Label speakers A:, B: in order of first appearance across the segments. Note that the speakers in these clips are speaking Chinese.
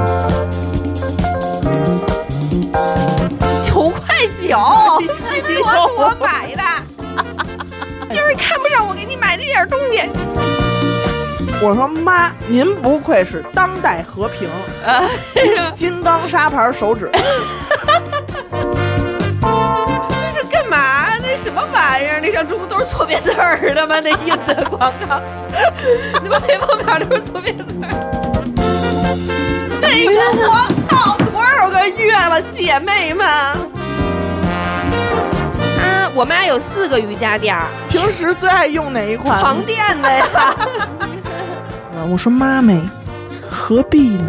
A: 哎你买这点东西，
B: 我说妈，您不愧是当代和平，
A: 啊，
B: 金刚砂牌手 指。
A: 这是干嘛？那什么玩意儿？那上中国都是错别字儿的吗？那印的广告， 你们那封面都是错别字儿。哎那个广告多少个月了，姐妹们？啊，我们俩有四个瑜伽垫 儿，
B: 平时最爱用哪一款？
A: 床垫的呀。
B: 嗯我说妈咪，何必呢？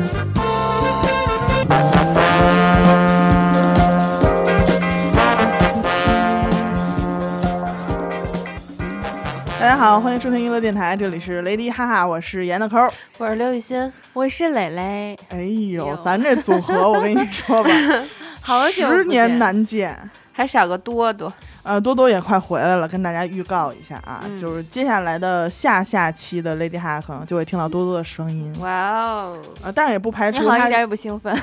B: 大家好，欢迎收听娱乐电台，这里是雷迪哈哈，我是严的抠。
A: 我是刘雨欣，
C: 我是蕾蕾，
B: 哎呦，咱这组合，我跟你说吧，
C: 好久不
B: 十年
C: 见，
B: 难见。
A: 还少个多多。
B: 呃，多多也快回来了，跟大家预告一下啊，
C: 嗯
B: 就是接下来的下下期的 Lady 哈哈可能就会听到多多的声音。
A: 哇哦，
B: 呃，但是也不排
C: 你
B: 除
C: 好像
B: 他
C: 一点也不兴奋。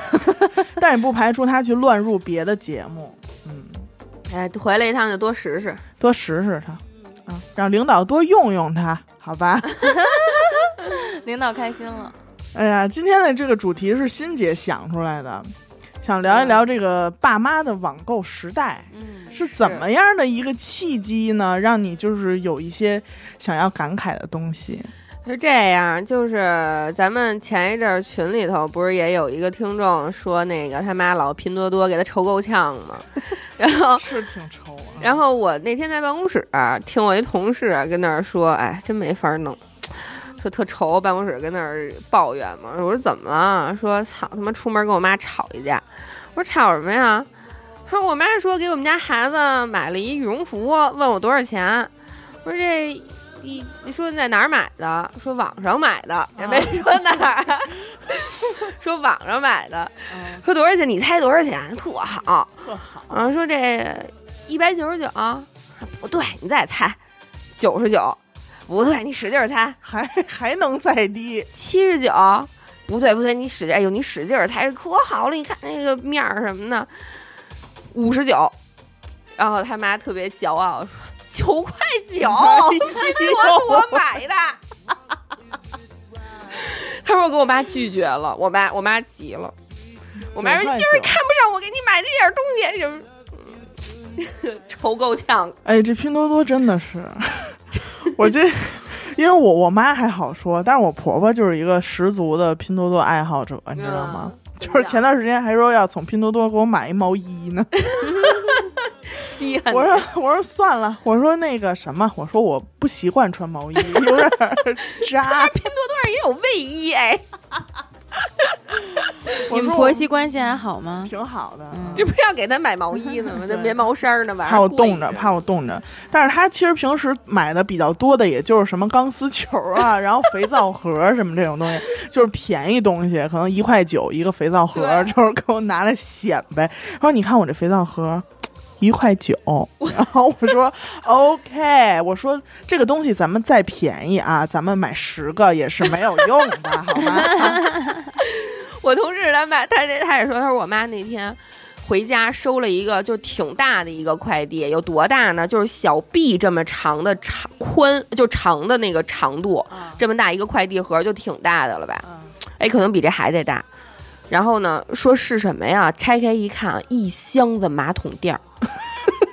B: 但也不排除他去乱入别的节目，嗯，
A: 哎，回来一趟就多试试。
B: 多识识他，啊，让领导多用用他，好吧？
C: 领导开心了，
B: 哎呀，今天的这个主题是欣姐想出来的，想聊一聊这个爸妈的网购时代。
C: 嗯，
B: 是怎么样的一个契机呢？让你就是有一些想要感慨的东西。
A: 是这样，就是咱们前一阵儿群里头不是也有一个听众说，那个他妈老拼多多给他愁够呛嘛， 然后。
B: 是挺愁啊
A: 然
B: 后
A: 后我那天在办公室、啊听我一同事、跟那儿说，哎，真没法弄，说特愁，办公室跟那儿抱怨嘛。我说怎么了？说操他妈出门跟我妈吵一架。我说吵什么呀？他说我妈说给我们家孩子买了一羽绒服，问我多少钱。我说这一你说你在哪儿买的？说网上买的，也
B: 啊
A: 没说哪儿， 说网上买的。说多少钱？你猜多少钱？特好，
B: 嗯特好，
A: 然后说这一百九十九，不对，你再猜，九十九，不对，你使劲儿猜，
B: 还 还能再低，
A: 七十九，不对不对，你使劲，哎呦，你使劲儿猜，可好了，你看那个面儿什么的，五十九，然后他妈特别骄傲说九块 九，我我买的。他说我跟我妈拒绝了，我妈我妈急了，我妈说
B: 9.9
A: 你就是看不上我给你买这点东西，什么嗯 愁够呛。
B: 哎，这拼多多真的是， 我这因为我我妈还好说，但是我婆婆就是一个十足的拼多多爱好者，你知道吗？
C: 嗯啊
B: 就是前段时间还说要从拼多多给我买一毛衣呢，
A: 稀罕
B: 我说我说算了，我说那个什么，我说我不习惯穿毛衣，有点儿 扎。
A: 拼多多上也有卫衣哎，
B: 我
C: 你
B: 说
C: 们
B: 我
C: 婆媳关系还好吗？
B: 挺好的，
C: 嗯
A: 这不是要给他买毛衣 呢吗？那棉毛衫儿那玩意儿，
B: 怕我冻着，怕我冻着。但是她其实平时买的比较多的，也就是什么钢丝球啊， 然后肥皂盒儿什么这种东西，就是便宜东西，可能一块九一个肥皂盒儿，
A: 对
B: 就是给我拿来显摆。她说：“你看我这肥皂盒儿。”一 块九，然后我说 OK，我说这个东西咱们再便宜啊，咱们买十个也是没有用的，好吗？
A: 我同事他妈，他这他也说，他说我妈那天回家收了一个就挺大的一个快递，有多大呢？就是小臂这么长的长宽，就长的那个长度，
B: 啊
A: 这么大一个快递盒，就挺大的了吧？哎，可能比这还得大。然后呢，说是什么呀？拆开一看，一箱子马桶 垫儿。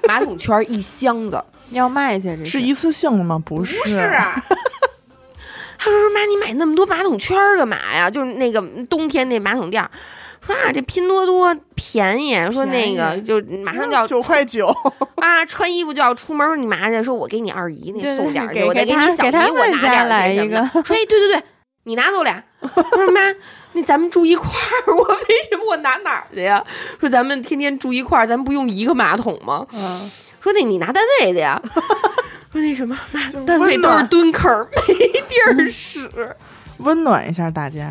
A: 马桶圈儿一箱子，
C: 要卖去这
B: 是一次性的吗？不是，
A: 不是啊。 他说：“说妈，你买那么多马桶圈儿干嘛呀？就是那个冬天那马桶垫儿。说啊，这拼多多便宜，说那个就马上就要
B: 九块九，
A: 啊，穿衣服就要出门，说你妈去，说我给你二姨那
C: 对对
A: 送点儿去，
C: 给
A: 我再
C: 给
A: 你
C: 她
A: 小
C: 给
A: 姨
C: 她
A: 我
C: 们
A: 拿
C: 家
A: 点儿
C: 来
A: 那什
C: 一
A: 么的。说哎，对对对，你拿走俩。 我说妈，那咱们住一块儿， 我为什么我拿哪儿去呀？说咱们天天住一块儿，咱们不用一个马桶吗？
C: 嗯，
A: 说那你拿单位的呀？ 说那什么，妈，单位
B: 温
A: 都是
B: 暖
A: 蹲坑儿， 没地儿 使。
B: 温暖一下大家。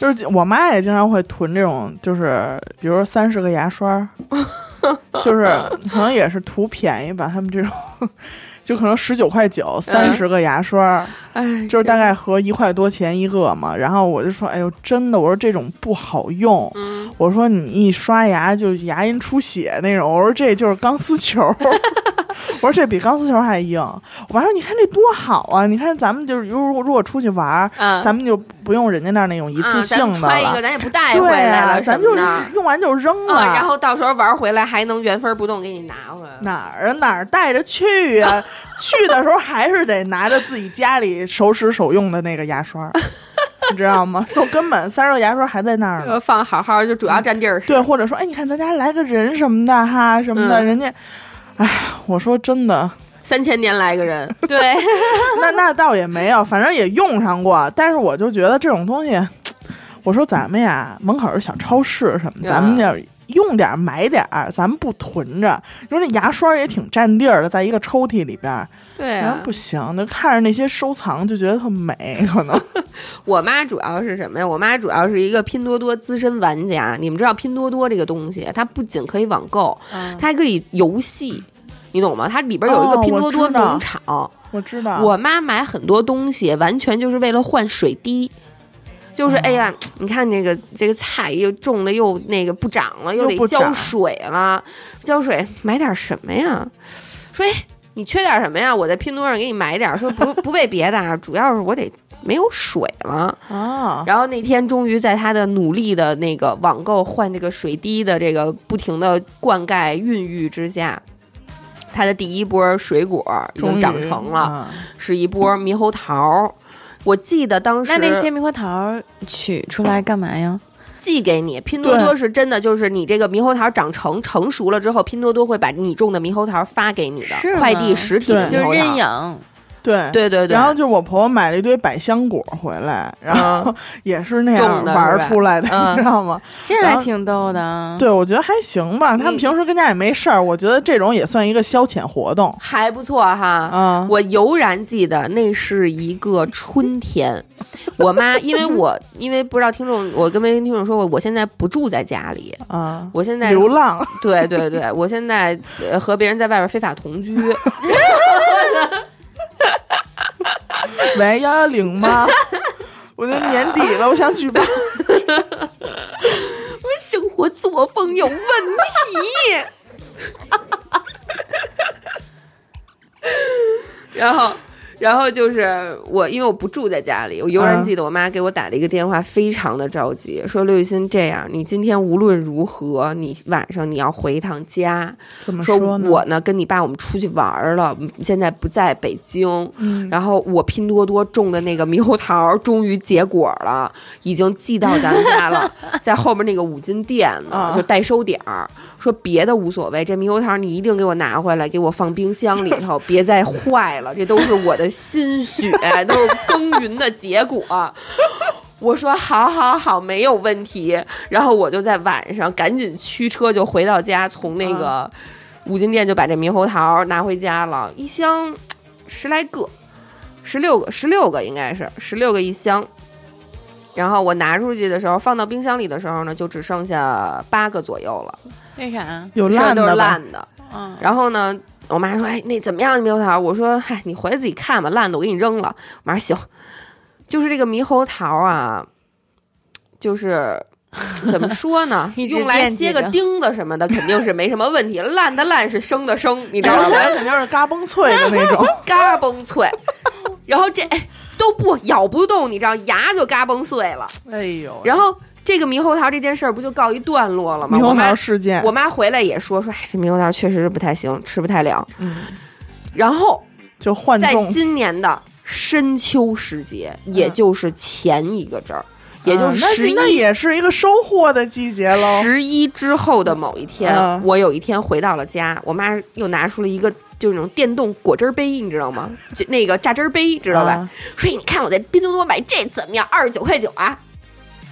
B: 就是我妈也经常会囤这种，就是比如说三十个牙刷儿，就是可能也是图便宜吧。他们这种就可能十九块九三十个牙刷儿，
A: 哎，
B: 就是大概合一块多钱一个嘛。然后我就说，哎呦，真的，我说这种不好用。
A: 嗯
B: 我说你一刷牙就牙龈出血那种，我说这就是钢丝球儿。 我说这比钢丝球还硬。我妈说你看这多好啊，你看咱们就是如如果出去玩儿，
A: 嗯，
B: 咱们就不用人家那儿那种一次
A: 啊咱
B: 性
A: 们
B: 的
A: 揣一个，
B: 了。
A: 咱也不带回
B: 对
A: 来
B: 啊，
A: 了，
B: 咱
A: 就
B: 就是用完就扔了。
A: 啊，然后到时候玩回来还能原封不动给你拿回来。
B: 哪儿啊哪儿带着去 呀、去的时候还是得拿着自己家里手使手用的那个 牙刷，你知道吗？说根本三肉牙刷还在那儿呢。
A: 呃放好好，就主要占地儿使。
B: 对，或者说，哎，你看咱家来个人什么的哈，什么的，
A: 嗯
B: 人家，哎，我说真的，
A: 三千年来一个 人，对，
B: 那那倒也没有，反正也用上过，但是我就觉得这种东西，我说咱们呀，门口是小超市什么的，咱们
A: 嗯
B: 要用点儿买点儿，咱们不囤着。你说那牙刷也挺占地儿的，在一个抽屉里边儿，
A: 对啊
B: 然后不行，就看着那些收藏就觉得特美，可能
A: 我妈主要是什么呀？我妈主要是一个拼多多资深玩家。你们知道拼多多这个东西，它不仅可以网购，
C: 嗯
A: 它还可以游戏，你懂吗？它里边有一个
B: 哦
A: 拼多多
B: 我知道
A: 农场。
B: 我知道，
A: 我妈买很多东西，完全就是为了换水滴。就是
B: 哦
A: 哎呀，你看这个这个菜又种的又那个不长了，
B: 又
A: 得
B: 不
A: 浇
B: 长
A: 水了，浇水买点什么呀？说哎，你缺点什么呀？我在拼多多上给你买点儿。说 不不为别的啊，主要是我得没有水了。
B: 啊，
A: 然后那天终于在他的努力的那个网购换这个水滴的这个不停的灌溉孕育之下，他的第一波水果已经
B: 终于
A: 长成了，
B: 啊
A: 是一波猕猴桃。我记得当时
C: 那那些猕猴桃取出来干嘛呀？
A: 寄给你，拼多多是真的，就是你这个猕猴桃长成成熟了之后，拼多多会把你种的猕猴桃发给你
C: 是
A: 的
C: 吗
A: 快递实体的
B: 对
C: 就是
A: 猕猴
C: 认
A: 桃。
C: 养，
B: 对。
A: 对对对，
B: 然后就我婆婆买了一堆百香果回来，然后 也是那
A: 嗯
B: 样
A: 种的
B: 玩
A: 是吧
B: 儿出来的，
A: 嗯
B: 你知道吗？
C: 这
B: 然
C: 还
B: 后
C: 挺逗的啊。
B: 对，我觉得还行吧。他们
A: 你
B: 平时跟家也没事儿，我觉得这种也算一个消遣活动
A: 还不错哈。
C: 嗯
B: 啊。
A: 我悠然记得那是一个春天，我妈因为我因为不知道听众，我跟没跟听众说过，我现在不住在家里，
B: 啊，
A: 我哎现在
B: 流浪，
A: 对对对，我现在呃和别人在外边非法同居，
B: 喂幺幺零吗？ 我都年底了，我想举报。
A: 生活作风有问题。 然后，然后就是我，因为我不住在家里，我悠然记得我妈给我打了一个电话，非常的着急，说刘雨欣这样，你今天无论如何，你晚上你要回一趟家。
B: 怎么
A: 说
B: 呢？
A: 我呢跟你爸我们出去玩儿了，嗯现在不在北京。
B: 嗯
A: 然后我拼多多种的那个猕猴桃终于结果了，已经寄到咱们家 了，在后面那个五金店呢
B: 啊，
A: 就代收点儿。说别的无所谓，这猕猴桃你一定给我拿回来，给我放冰箱里 头，别再坏了。这都是我的心血，都是耕耘的结果。我说好好好，没有问题。然后我就在晚上赶紧驱车就回到家，从那
B: 嗯
A: 个五金店就把这猕猴桃拿回家了，一箱十来个，十六个，十六个应该是十六个一箱。然后我拿出去的时候，放到冰箱里的时候呢，就只剩下八个左右了，
C: 为啥？
B: 有
A: 剩下
B: 烂
A: 都
B: 的
A: 是
B: 吧？
A: 烂的。
C: 嗯，
A: 然后呢，我妈说：“哎，那怎么样？猕猴桃？”我说：“嗨，你回来自己看吧，烂的我给你扔了。”我妈说：“行。”就是这个猕猴桃啊，
C: ？
A: 就是怎么说呢
C: 一直
A: 用来
C: 惦记
A: 歇个
C: 着
A: 钉子什么的，肯定是没什么问题。烂的烂是生的生，你知道
B: 然后
A: 吗？
B: 咱肯定是嘎嘣脆的那 种，
A: 嘎嘣脆，然后这、哎、都不咬不动，你知道，牙就嘎嘣碎了。
B: 哎呦
A: 然后这个猕猴桃这件事儿不就告一段落了吗？
B: 猕
A: 我
B: 猴
A: 妈
B: 桃事件
A: 我，妈回来也说说，哎，这猕猴桃确实是不太行，吃不太了。
B: 嗯，
A: 然后
B: 就换
A: 在
B: 种，
A: 今年的深秋时节，也就是前一个周儿，也就
B: 嗯啊
A: 是
B: 那
A: 十
B: 那
A: 一、
B: 也是一个收获的季节喽。
A: 十一之后的某一天，
B: 嗯
A: 我有一天回到了家，我妈又拿出了一个就那种电动果汁杯，你知道吗？就那个榨汁杯，知道吧？
B: 啊？
A: 说哎你看我在拼多多买这怎么样？二十九块九啊！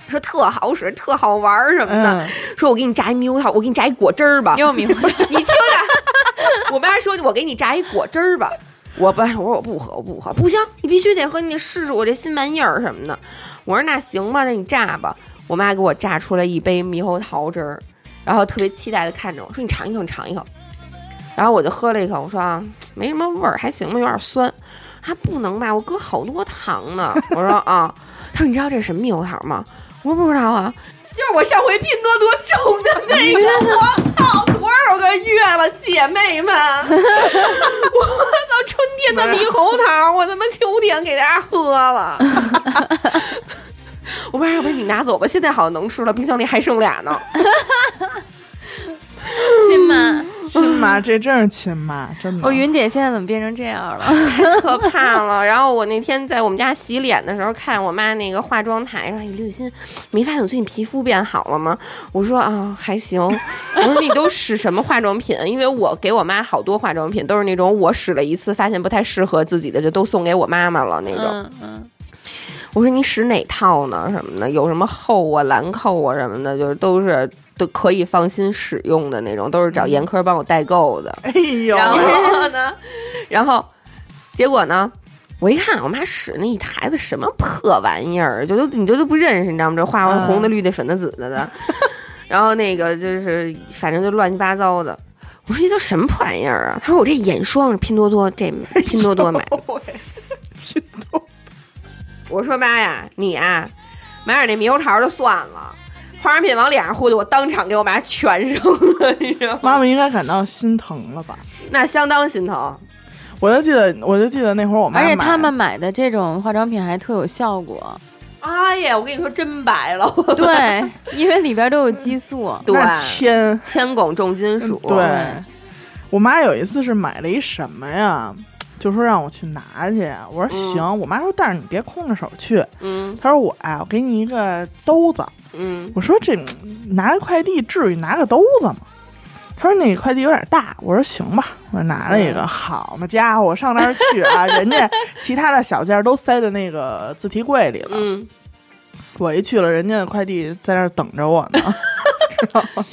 A: 说特好使，特好玩儿什么的。
B: 嗯，
A: 说我给你榨一猕猴桃，我给你榨一果汁儿吧。
C: 又 猕猴桃，
A: 你听着，我妈说我给你榨一果汁儿吧。我爸我说我不喝，我不喝，不行，你必须得喝，你得试试我这新玩意儿什么的。我说那行吧，那你榨吧。我妈给我榨出来一杯猕猴桃汁儿，然后特别期待的看着我说你尝一口，你尝一口。然后我就喝了一口，我说啊，没什么味儿，还行吧，有点酸。啊，不能吧，我搁好多糖呢。我说啊，她说你知道这是什么猕猴桃吗？我说不知道啊。就是我上回拼多多中的那个，我靠，多少个月了，姐妹们，我到春天的猕猴桃，我他妈秋天给大家喝了。我妈，要不你拿走吧，现在好像能吃了，冰箱里还剩俩呢。
C: 亲妈，
B: 亲妈，这真是亲妈，真的。
C: 我云姐现在怎么变成这样了？
A: 可怕了。然后我那天在我们家洗脸的时候，看我妈那个化妆台上，哎，刘雨欣，没发现我最近皮肤变好了吗？我说啊，还行。我说你都使什么化妆品？因为我给我妈好多化妆品都是那种我使了一次发现不太适合自己的，就都送给我妈妈了那种。
C: 嗯嗯，
A: 我说你使哪套呢？什么的，有什么厚啊、兰蔻啊什么的，就是都是都可以放心使用的那种，都是找严科帮我代购的。
B: 哎呦，
A: 然后呢，然后结果呢，我一看我妈使那一台子什么破玩意儿，就都你都都不认识，你知道吗？这画完
B: 嗯
A: 红的、绿的、粉的、紫的 的，然后那个就是反正就乱七八糟的。我说这都什么破玩意儿啊？她说我这眼霜是拼多多这拼多多买的。
B: 拼多多
A: 我说妈呀，你啊，买点那猕猴桃就算了，化妆品往脸上糊的，我当场给我妈全扔了，你知道吗？
B: 妈妈应该感到心疼了吧？
A: 那相当心疼。
B: 我就记得，我就记得那会儿我妈
C: 而且
B: 买
C: 他们买的这种化妆品还特有效果，
A: 哎呀，我跟你说，真白了，我
C: 对，因为里边都有 激素。
A: 对
B: 那铅，
A: 铅汞重金属，
B: 嗯对，我妈有一次是买了一什么呀？就说让我去拿去，我说行。
C: 嗯
B: 我妈说，但是你别空着手去。
A: 嗯
B: 她说我呀，我给你一个兜子。
A: 嗯
B: 我说这嗯拿个快递至于拿个兜子吗？她说那个快递有点大。我说行吧，我拿了一
C: 嗯
B: 个。好嘛家伙，我上那儿去 啊，人家其他的小件儿都塞在那个自提柜里了。
A: 嗯，
B: 我一去了，人家快递在那儿等着我呢， 知道吗？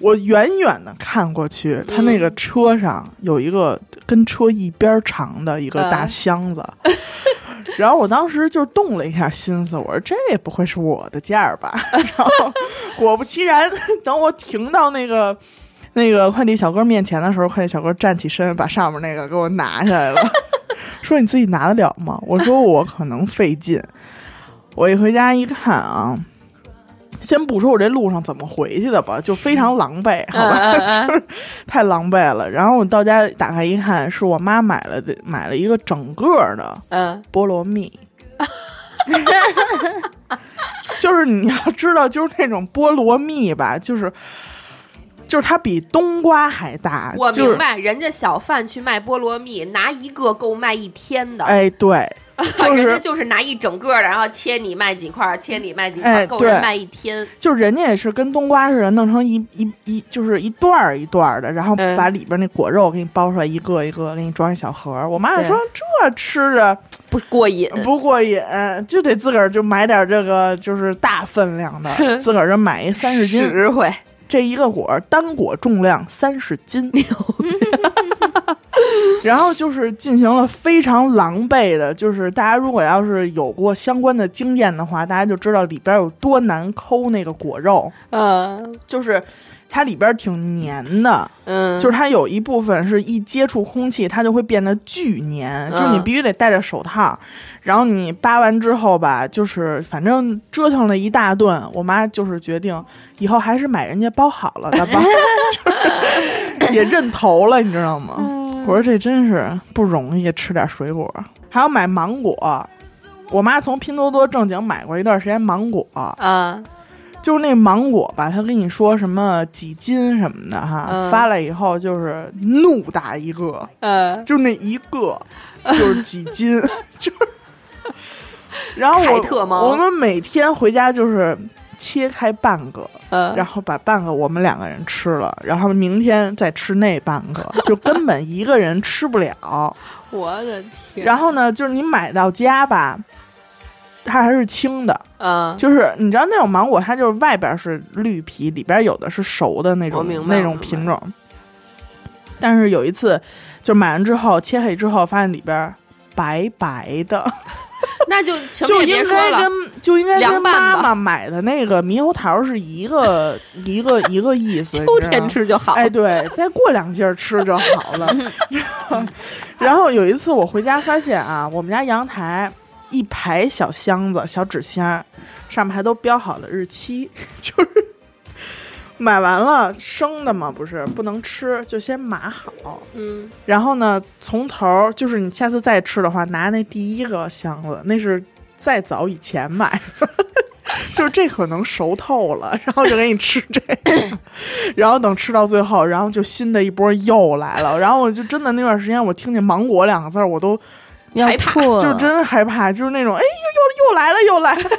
B: 我远远的看过去，他那个车上有一个跟车一边儿长的一个大箱子， 然后我当时就动了一下心思，我说这不会是我的件儿吧？ 然后果不其然，等我停到那个那个快递小哥面前的时候，快递小哥站起身，把上面那个给我拿下来了， 说你自己拿得了吗？我说我可能费劲。我一回家一看啊，先不说我这路上怎么回去的吧，就非常狼狈，好吧，
A: 嗯
B: 就是太狼狈了。然后我到家打开一看，是我妈买了的，买了一个整个的
A: 嗯，
B: 菠萝蜜。 就是你要知道，就是那种菠萝蜜吧，就是就是它比冬瓜还大。
A: 我
B: 就是
A: 明白，人家小贩去卖菠萝蜜，拿一个够卖一天的，
B: 哎，对， 就
A: 人家
B: 是
A: 就是拿一整个的，然后切你卖几块，切你卖几块，
B: 哎
A: 够人
B: 对
A: 卖一天。
B: 就是人家也是跟冬瓜似的，弄成一一一就是一段儿一段儿的，然后
A: 嗯
B: 把里边那果肉给你剥出来一个一个，给你装一小盒儿。我妈就
C: 对
B: 说这吃着
A: 不过瘾，
B: 不过瘾，就得自个儿就买点这个就是大分量的，自个儿就买一三十斤，
A: 实惠。
B: 这一个果儿单果重量三十斤， 然后就是进行了非常狼狈的，就是大家如果要是有过相关的经验的话，大家就知道里边有多难抠那个果肉。
A: 嗯
B: 就是它里边儿挺粘的，
A: 嗯，
B: 就是它有一部分是一接触空气，它就会变得巨粘，就是你
A: 嗯
B: 必须得戴着手套，然后你扒完之后吧，就是反正折腾了一大顿，我妈就是决定以后还是买人家包好了 的吧，就是也认头了，你知道吗？
A: 嗯
B: 我说这真是不容易，吃点水果，还要买芒果。我妈从拼多多正经买过一段时间芒果，
A: 啊，
B: 就是那芒果吧，他跟你说什么几斤什么的哈，
A: 嗯
B: 发来以后就是怒打一个，
A: 嗯，
B: 就是那一 个就是几斤，就是。 然后
A: 凯特吗
B: 我我们每天回家就是切开半个，
A: 嗯
B: 然后把半个我们两个人吃了，然后明天再吃那半个，就根本一个人吃不了。
A: 我的 天，
B: 然后呢，就是你买到家吧，它还是青的，
A: 嗯，
B: 就是你知道那种芒果，它就是外边是绿皮，里边有的是熟的那
A: 我
B: 种
A: 明白
B: 那种
A: 我明白
B: 品种。但是有一次，就买完之后切黑之后，发现里边白白 的，
A: 那就什
B: 就
A: 么也
B: 应
A: 别说
B: 该
A: 了，
B: 跟就应该跟
A: 凉拌吧
B: 妈妈买的那个猕猴桃是一个一个一个意思，
A: 秋
B: 你知道
A: 天
B: 吗
A: 吃就好。
B: 啊哎，对，再过两斤儿吃就 好了。然后然后有一次我回家发现啊，我们家阳台一排小箱子、小纸箱，上面还都标好了日期， 就是买完了生的嘛，不是不能吃，就先码好。
A: 嗯，
B: 然后呢，从头儿就是你下次再吃的话，拿那第一个箱子，那是再早以前买 的，就是这可能熟透了，然后就给你吃这个， 然后等吃到最后，然后就新的一波又来了，然后我就真的那段时间，我听见“芒果”两个字儿，我都
C: 要
A: 害怕
C: 吐了，
B: 就真害怕，就是那种哎又又又来了又来了，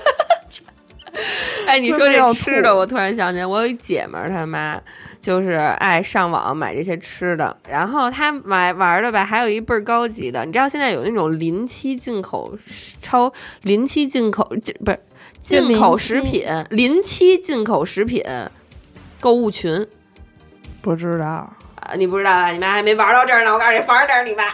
A: 哎，你
B: 就
A: 说
B: 是要
A: 这吃的，
B: 吐
A: 我突然想起来，我有一姐们儿，她妈就是爱上网买这些吃的，然后她买玩儿的吧，还有一倍儿高级的，你知道现在有那种临期进口超临期进口进不是
C: 就
A: 进口
C: 临
A: 食
C: 期
A: 品临期进口食品购物群
B: 不知道
A: 啊，你不知道吧？你妈还没玩到这儿呢，我告诉你，玩到这儿你妈。
B: 嗯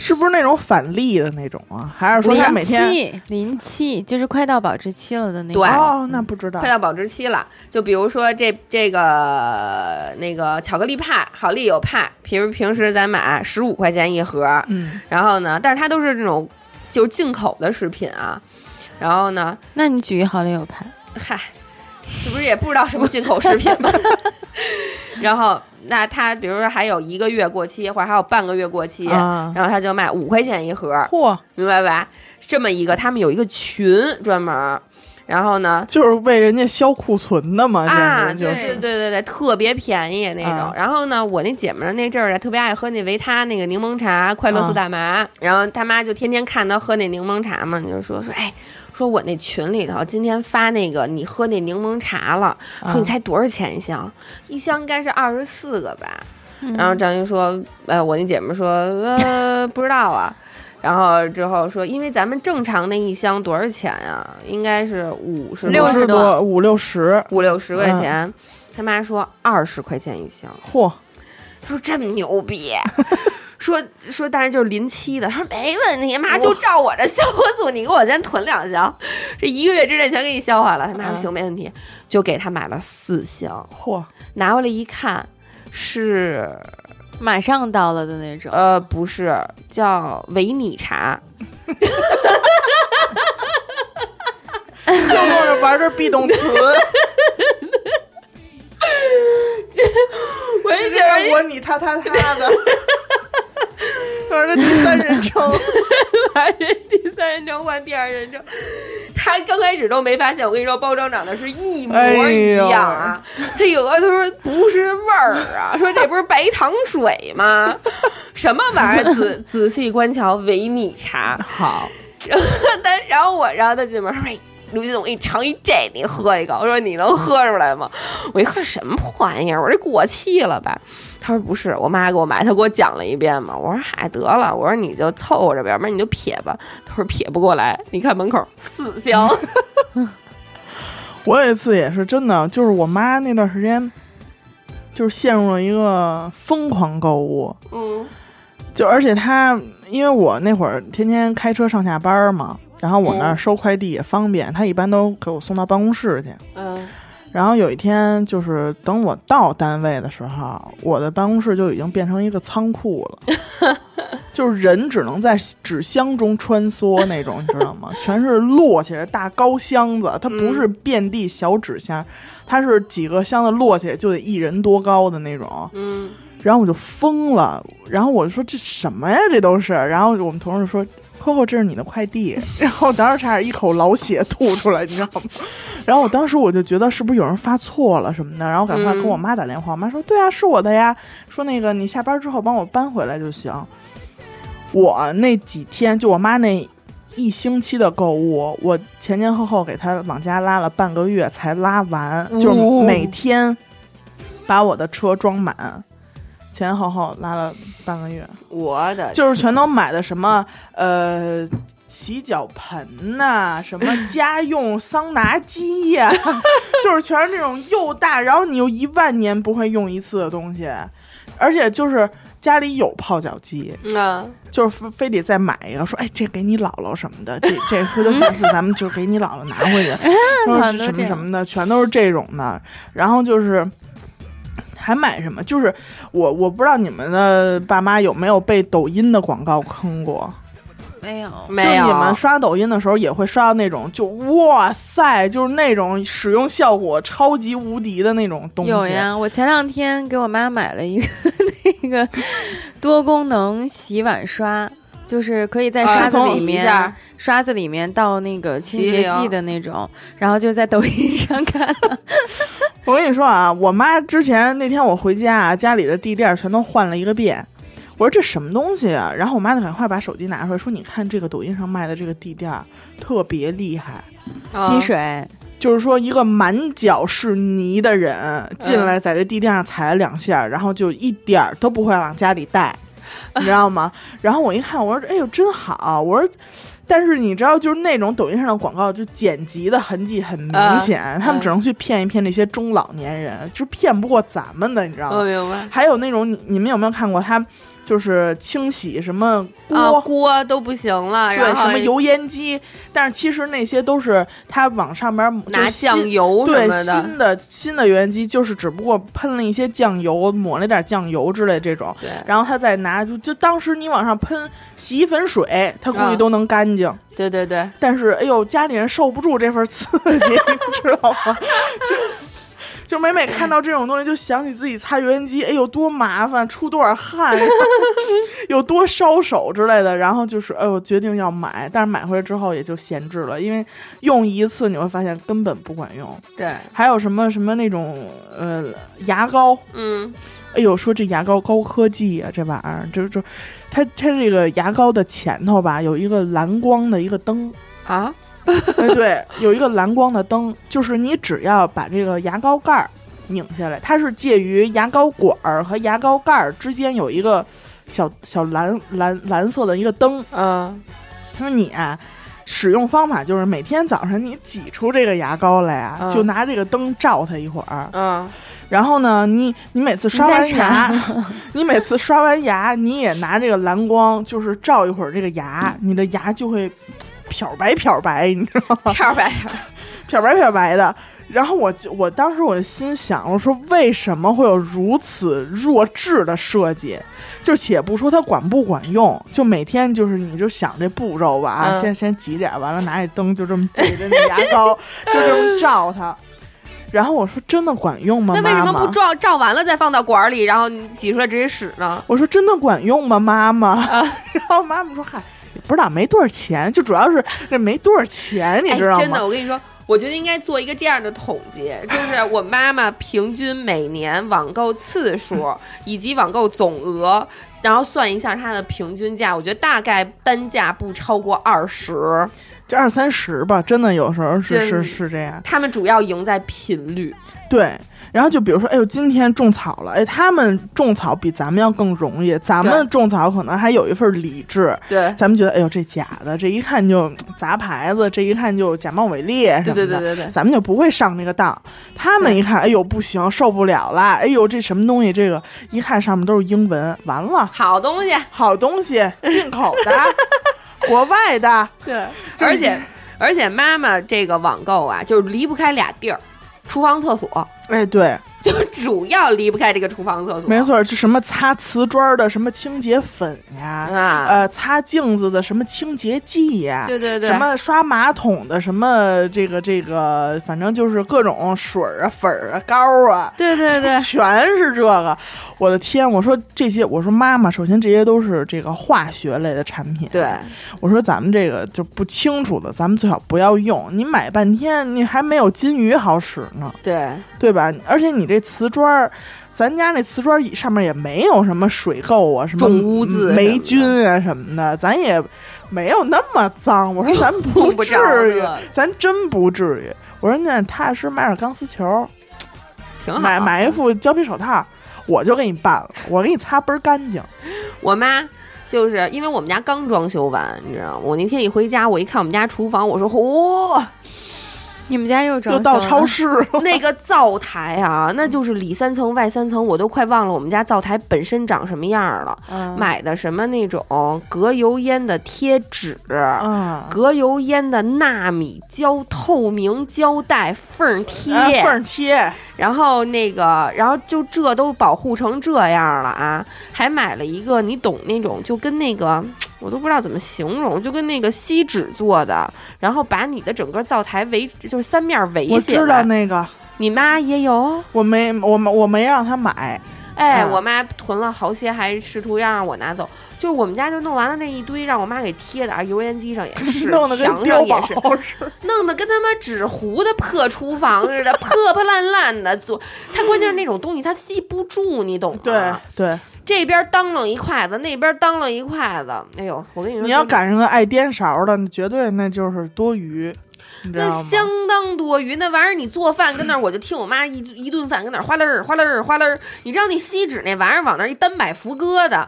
B: 是不是那种返利的那种啊？还是说他每
C: 临
B: 天
C: 期临期就是快到保质期了的那种。
A: 对
B: 哦？那不知道
A: 快到保质期了。就比如说这这个那个巧克力派，好丽友派，平平时咱买十五块钱一盒，
B: 嗯，
A: 然后呢，但是它都是这种就是进口的食品啊。然后呢，
C: 那你举一好了有牌，
A: 嗨，这不是也不知道什么进口食品吗？然后那它比如说还有一个月过期，或者还有半个月过期，
B: 啊，
A: 然后它就卖五块钱一盒，
B: 嚯！
A: 明白吧？这么一个，他们有一个群专门儿，然后呢，
B: 就是为人家消库存的嘛，
A: 啊，对
B: 简直就
A: 对对
B: 是。
A: 对对，特别便宜那种。
B: 啊
A: 然后呢，我那姐们儿那阵儿啊特别爱喝那维他那个柠檬茶，快
B: 啊
A: 乐似大麻。然后他妈就天天看她喝那柠檬茶嘛，你就说说，哎，说我那群里头今天发那个你喝那柠檬茶了，
B: 啊
A: 说你猜多少钱一箱？一箱应该是二十四个吧。
C: 嗯
A: 然后张云说，呃，我那姐们儿说，呃，不知道啊。然后之后说，因为咱们正常那一箱多少钱啊？应该是五十
C: 六
B: 十多，
C: 60多
B: 五六十，
A: 五六十块钱。他妈说二十块钱一箱，
B: 嚯，
A: 他说这么牛逼，说说但是就是临期的，他说没问题，妈就照我这消火速，你给我先囤两箱，这一个月之内全给你消化了。他妈说
B: 嗯
A: 行，没问题，就给他买了四箱，
B: 嚯，
A: 拿回来一看是
C: 马上到了的那种。
A: 呃不是叫维你茶，
B: 又跟着玩这 be 动词，
A: 我也觉
B: 这个我你他他他的，玩这第三人称，
A: 把人第三人称换第二人称，他刚开始都没发现。我跟你说，包装长得是一模一样啊！他有的他说不是味儿啊，说这不是白糖水吗？什么玩意儿？ 仔仔细观瞧，维你茶。
B: 好，
A: 但然后我，然后他进门说：“哎，刘金总，我给你尝一这，你喝一个。”我说：“你能喝出来吗？”我一看什么破玩意儿，我这过期了吧？他说：“不是，我妈给我买，她给我讲了一遍嘛。”我说：“嗨，得了，我说你就凑合着呗，要不然你就撇吧。”他说：“撇不过来，你看门口四 箱。
B: 我有一次也是真的，就是我妈那段时间，就是陷入了一个疯狂购物，”
A: 嗯，
B: 就而且她因为我那会儿天天开车上下班嘛，然后我那儿收快递也方便，她一般都给我送到办公室去。
A: 嗯
B: 然后有一天，就是等我到单位的时候，我的办公室就已经变成一个仓库了，就是人只能在纸箱中穿梭那种，你知道吗？全是摞起来的大高箱子，它不是遍地小纸箱，它是几个箱子摞起来就得一人多高的那种。
A: 嗯，
B: 然后我就疯了，然后我就说这什么呀？这都是。然后我们同事说。Coco，这是你的快递。 然后当时差点一口老血吐出来，你知道吗？ 然后我当时我就觉得是不是有人发错了什么的，然后赶快跟我妈打电话，我妈说对啊，是我的呀，说那个你下班之后帮我搬回来就行。我那几天就我妈那一星期的购物，我前前后后给她往家拉了半个月才拉完，就是每天把我的车装满，前前后后拉了半个月。
A: 我的
B: 就是全都买的什么呃洗脚盆呐、什么家用桑拿机呀、 就是全是这种又大，然后你又一万年不会用一次的东西，而且就是家里有泡脚机，
A: 嗯，
B: 就是非非得再买一个，说哎这给你姥姥什么 的，这这回头下次咱们就给你姥姥拿回去，然后
C: 好多
B: 什
C: 这
B: 么
C: 样
B: 什么的，全都是这种的，然后就是。还买什么？就是我我不知道你们的爸妈有没有被抖音的广告坑过，
C: 没有，
A: 没有
B: 就你们刷抖音的时候也会刷到那种，就哇塞，就是那种使用效果超级无敌的那种东西。
C: 有呀，我前两天给我妈买了一个 那个多功能洗碗刷，就是可以在
A: 啊
C: 刷子
B: 从
C: 里
A: 一
C: 面、
A: 下
C: 刷子里面倒那个清
A: 洗哦
C: 洁
A: 脸
C: 剂的那种，然后就在抖音上看。
B: 我跟你说啊，我妈之前那天我回家啊，家里的地垫全都换了一个遍。我说这什么东西啊？然后我妈就赶快把手机拿出来，说：“你看这个抖音上卖的这个地垫儿特别厉害，
A: 嗯哦
C: 吸水，
B: 就是说一个满脚是泥的人进来，在这地垫上踩了两下，然后就一点儿都不会往家 里带，你知道吗？然后我一看，我说：“哎呦，真好！”我说。但是你知道，就是那种抖音上的广告，就剪辑的痕迹很明显，
A: 嗯
B: 他们只能去骗一骗那些中老年人，就骗不过咱们的，你知道
A: 我
B: 吗？
A: 明白。
B: 还有那种你你们有没有看过，他就是清洗什么锅、
A: 啊，锅都不行了，
B: 对
A: 然后
B: 什么油烟机，但是其实那些都是他往上边抹就
A: 拿
B: 是新
A: 酱油什
B: 对
A: 么的，
B: 新的新的油烟机，就是只不过喷了一些酱油，抹了点酱油之类这种，
A: 对，
B: 然后他再拿就就当时你往上喷洗衣粉水，他估
A: 啊
B: 计都能干净。
A: 对对对，
B: 但是哎呦，家里人受不住这份刺激，你知道吗？就 就每每看到这种东西，就想起自己擦油烟机，哎呦多麻烦， 出多少汗，然后有多烧手之类的。然后就是哎呦，决定要买，但是买回来之后也就闲置了，因为用一次你会发现根本不管用。
A: 对，
B: 还有什么什么那种呃牙膏，
A: 嗯，
B: 哎呦，说这牙膏高科技啊，这玩意儿就是就它它这个牙膏的前头吧有一个蓝光的一个灯，
A: 啊，
B: 哎对，有一个蓝光的灯，就是你只要把这个牙膏盖儿拧下来，它是介于牙膏管儿和牙膏盖儿之间有一个小小蓝蓝蓝色的一个灯，
A: 嗯，
B: 他说你啊，使用方法就是每天早上你挤出这个牙膏来啊，
A: 嗯
B: 就拿这个灯照它一会儿，
A: 嗯，
B: 然后呢，你你每次刷完
C: 你再 查
B: 牙， 你每次刷完牙，你也拿这个蓝光就是照一会儿这个牙，
A: 嗯
B: 你的牙就会漂白漂白，你知道吗？
A: 漂白，
B: 漂白漂白的。然后我就我当时我就心想，我说为什么会有如此弱智的设计？就且不说它管不管用，就每天就是你就想这步骤吧，啊，
A: 嗯
B: 先先挤点儿，完了拿这灯就这么对着那牙膏，就这么照它。 然后我说真的管用吗？
A: 那为什么
B: 妈妈
A: 不照照完了再放到管儿里，然后你挤出来直接使呢？
B: 我说真的管用吗，妈妈？
A: 啊
B: 然后妈妈说嗨，也不知道没多少钱，就主要是这没多少钱，你
A: 哎
B: 知道吗？
A: 真的，我跟你说。我觉得应该做一个这样的统计， 就是我妈妈平均每年网购次数
B: 嗯
A: 以及网购总额，然后算一下她的平均价，我觉得大概单价不超过二十。
B: 就二三十吧，真的有时候是
A: 真
B: 是是这样。
A: 他们主要赢在频率，
B: 对，然后就比如说，哎呦，今天种草了，哎，他们种草比咱们要更容易，咱们种草可能还有一份理智。
A: 对，
B: 咱们觉得，哎呦，这假的，这一看就杂牌子，这一看就假冒伪劣什么的，
A: 对对对对对，
B: 咱们就不会上这个当。他们一看，哎呦，不行，受不了啦，哎呦，这什么东西？这个一看上面都是英文，完了，
A: 好东西，
B: 好东西，进口的， 国外的，
A: 对，而且而且妈妈这个网购啊，就是离不开俩地儿，厨房、厕所，
B: 哎，对，
A: 就 主要离不开这个厨房、厕所。
B: 没，错，就什么擦瓷砖的什么清洁粉呀，
A: 啊
B: 呃，擦镜子的什么清洁剂呀，
A: 对对对，
B: 呃什么刷马桶的什么这个这个，反正就是各种水儿啊、粉儿啊、膏啊，，
A: 对对对
B: 全是这个。我的天！我说这些，我说妈妈，首先这些都是这个化学类的产品。
A: 对，
B: 我说咱们这个就不清楚的，咱们最好不要用。你买半天，你还没有金鱼好使呢，
A: 对
B: 对吧？而且你这瓷砖儿。咱家那瓷砖儿上面也没有什么水垢啊，什么
A: 重污渍什么的
B: 霉菌啊什么的，咱也没有那么脏。我说咱
A: 碰不
B: 至
A: 着
B: 于
A: 的，
B: 咱真不至于。我说那踏实买点钢丝球儿，
A: 挺 好。
B: 买买一副胶皮手套，我就给你办了，我给你擦倍儿干净。
A: 我妈就是因为我们家刚装修完，你知道吗？我那天一回家，我一看我们家厨房，我说嚯、
C: 你们家又装
B: 又到
C: 修
B: 超
C: 了
B: 市了，
A: 那个灶台 啊，那就是里三层外三层，我都快忘了我们家灶台本身长什么样了。
B: 嗯
A: 买的什么那种隔油烟的贴纸。
B: 啊，
A: 隔油烟的纳米胶、透明胶带、缝贴、
B: 啊缝儿贴，
A: 然后那个，然后就这都保护成这样了啊！还买了一个，你懂那种，就跟那个我都不知道怎么形容，就跟那个锡纸做的，然后把你的整个灶台围，就是三面围
B: 我
A: 起来。
B: 知道那个，
A: 你妈也有，
B: 我没我没我没让他买，
A: 哎，
B: 嗯
A: 我妈囤了好些，还试图要让我拿走。就是我们家就弄完了那一堆，让我妈给贴的啊，油烟机上也是，
B: 弄得跟
A: 墙
B: 碉
A: 上也
B: 堡
A: 是，啊
B: 似的。
A: 弄得跟他妈纸糊的破厨房似的，破破烂烂的。做它关键是那种东西它吸不住，你懂吗？
B: 对对，
A: 这边当啷一筷子，那边当啷一筷子。哎呦，我跟你说，
B: 你要
A: 感
B: 赶上个爱颠勺的，那绝对那就是多余，你知
A: 那
B: 道吗？
A: 相当多余，那玩意儿你做饭跟那儿，我就听我妈一一顿饭跟那儿哗啦儿哗啦儿哗啦儿，你知道那锡纸那玩意儿往那儿一单摆福疙瘩，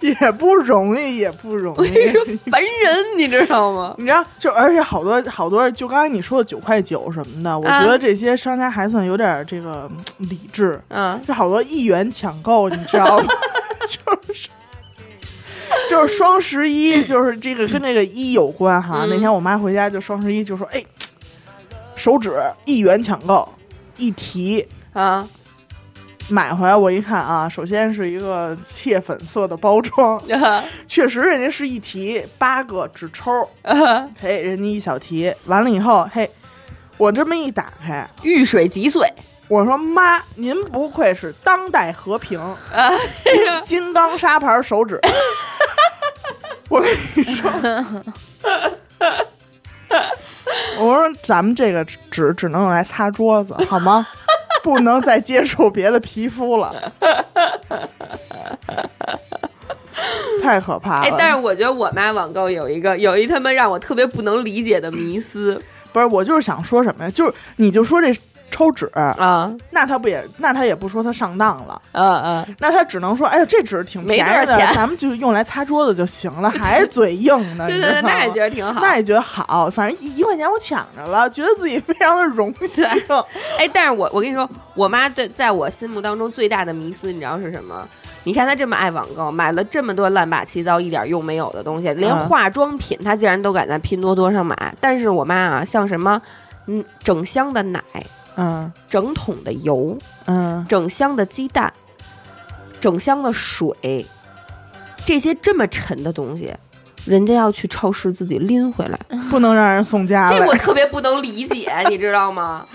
B: 也不容易，也不容
A: 我跟你
B: 易。
A: 说烦 人，你知道吗？
B: 你知道，就而且好多好多，就刚才你说的九块九什么的，我
A: 啊
B: 觉得这些商家还算有点儿这个嗯理智。
A: 嗯，
B: 这好多一元抢购，你知道吗？ 就是就是双十一，就是这个跟这个一有关哈。
A: 嗯
B: 那天我妈回家就双十一就说：“哎，手指一元抢购，一提。”
A: 啊，
B: 买回来我一看啊，首先是一个切粉色的包装， 确实人家是一提八个纸抽，嘿，人家一小提，完了以后，嘿，我这么一打开，
A: 遇水即碎，
B: 我说妈，您不愧是当代和平
A: 啊
B: 金金刚砂牌 手指。我跟你说，我说咱们这个纸只能用来擦桌子，好 吗？不能再接触别的皮肤了，太可怕
A: 哎，
B: 了。
A: 但是我觉得我妈网购有一个有一他妈让我特别不能理解的迷思
B: 不是，我就是想说什么呀？就是你就说这抽纸，
A: 啊
B: 那他不也那他也不说他上当了。
A: 啊啊！
B: 那他只能说，哎呦，这纸挺便
A: 没
B: 宜
A: 多少
B: 的，
A: 钱
B: 咱们就用来擦桌子就行 了，还嘴硬呢。
A: 对
B: 啊你
A: 对对，
B: 知道吗
A: 那也觉得挺好。
B: 那也觉得好，反正一一块钱我抢着了，觉得自己非常的荣幸。
A: 哎，但是我我跟你说，我妈对在我心目当中最大的迷思，你知道是什么？你看她这么爱网购，买了这么多乱八七糟、一点用没有的东西，连
B: 嗯
A: 化妆品她竟然都敢在拼多多上买。但是我妈啊，像什么，嗯，整箱的奶、
B: 嗯
A: 整桶的油、
B: 嗯，
A: 整箱的鸡蛋、整箱的水，这些这么沉的东西，人家要去超市自己拎回来。
B: 不能让人送家
A: 这
B: 来
A: 我。特别不能理解，你知道吗？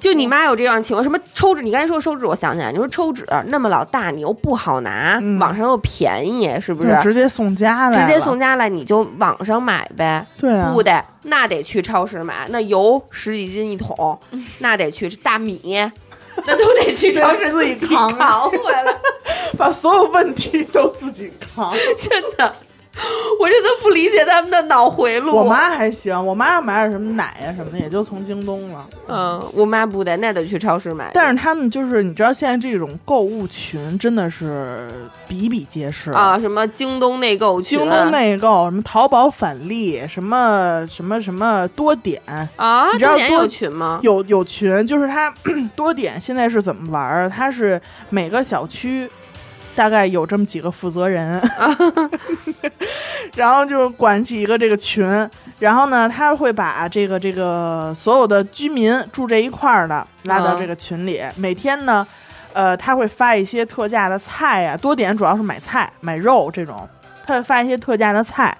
A: 就你妈有这样的情况，什么抽纸？你刚才说抽纸，我想起来，你说抽纸那么老大，你又不好拿，
B: 嗯
A: 网上又便宜，是不是
B: 就？直接送家来了，
A: 直接送家来，你就网上买呗。
B: 对啊
A: 不，得，那得去超市买。那油十几斤一桶，那得去大米，那都得去超市
B: 自己
A: 己
B: 扛
A: 扛回来。
B: 把所有问题都自己 扛。
A: 真的，我真的不理解他们的脑回路。
B: 我妈还行，我妈要买点什么奶呀、什么的，也就从京东了。
A: 嗯，我妈不得，那得去超市买。
B: 但是他们就是，你知道现在这种购物群真的是比比皆是
A: 啊，什么京东内购群、
B: 京东内购，什么淘宝返利，什么什么什么多点，
A: 啊，
B: 你知道
A: 多年
B: 多
A: 有群吗？
B: 有有群，就是它 多点现在是怎么玩儿？它是每个小区大概有这么几个负 责人， 然后就管起一个这个群，然后呢，他会把这个这个所有的居民住这一块儿的拉到
A: 嗯
B: 这个群里，每天呢。呃，他会发一些特价的菜呀、多点主要是买菜、买肉这种，他会发一些特价的菜，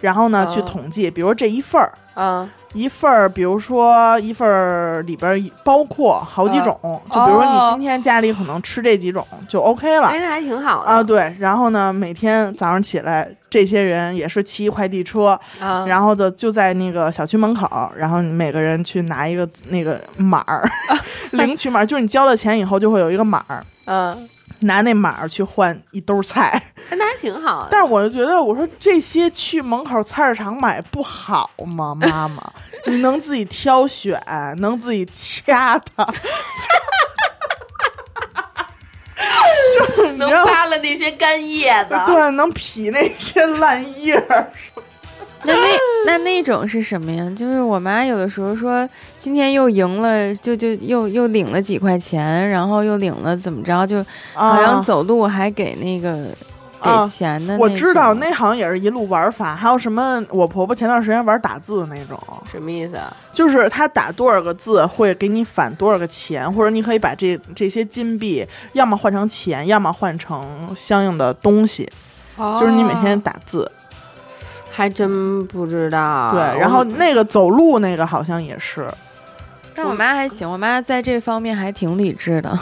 B: 然后呢、去
A: 嗯
B: 统计，比如这一份儿，
A: 啊，
B: 一份儿，比如说一份儿里边儿包括好几种，就比如说你今天家里可能吃这几种就 OK 了、
A: 哎，那还挺好的
B: 啊。对，然后呢，每天早上起来，这些人也是骑快递车，
A: 啊，
B: 然后就就在那个小区门口，然后你每个人去拿一个那个码儿， 领取码儿，就是你交了钱以后就会有一个码儿，
A: 嗯，
B: 拿那码儿去换一兜菜。
A: 哎那还挺好的。
B: 但是我就觉得，我说这些去门口菜市场买不好吗？妈妈， 你能自己挑选，能自己掐它， 就是你
A: 能
B: 知道
A: 扒拉那些干叶子，
C: 啊
B: 对，能劈那些烂叶儿。
C: 那那那那种是什么呀？就是我妈有的时候说，今天又赢了，就就又又领了 几块钱，然后又领了怎么着，就好像
B: 啊
C: 走路还给那个
B: 啊
C: 给钱的、
B: 我知道
C: 那
B: 那好像也是一路玩法，还有什么我婆婆前段时间玩打字的那种，
A: 什么意思啊？
B: 就是她打多少个字会给你返多少个钱，或者你可以把这这些金币要么换成钱，要么换成相应的东西，就是你每天打字。
A: 哦还真不知道。
B: 对，然后那个走路那个好像也是，
C: 种但我妈还行，我妈在这方面还挺理 智的。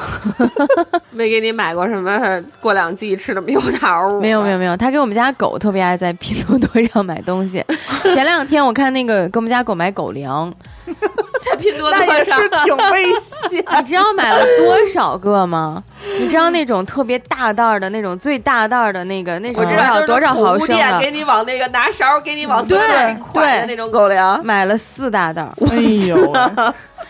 A: 没给你买过什么过两季吃的猕猴桃儿吗？
C: 没有没有没有，她给我们家狗特别爱在拼多多上买 东西。前两天我看那个给我们家狗买狗粮，
A: 在拼多
B: 那
A: 多
B: 也是
A: 上。
B: 挺危险。
C: 你知道买了多少个吗？你知道那种特别大袋儿的那种最大袋儿的那个，那
A: 我
C: 种
A: 知
C: 多
B: 嗯
C: 少
A: 道，
C: 多少毫
A: 就是那种宠物
C: 升啊
A: 店给？
C: 的
A: 你往那个拿勺儿，给你往塑料袋里
C: 对
A: 蒯的
C: 对
A: 那种狗粮。
C: 买了四大袋儿，
B: 哎呦 喂，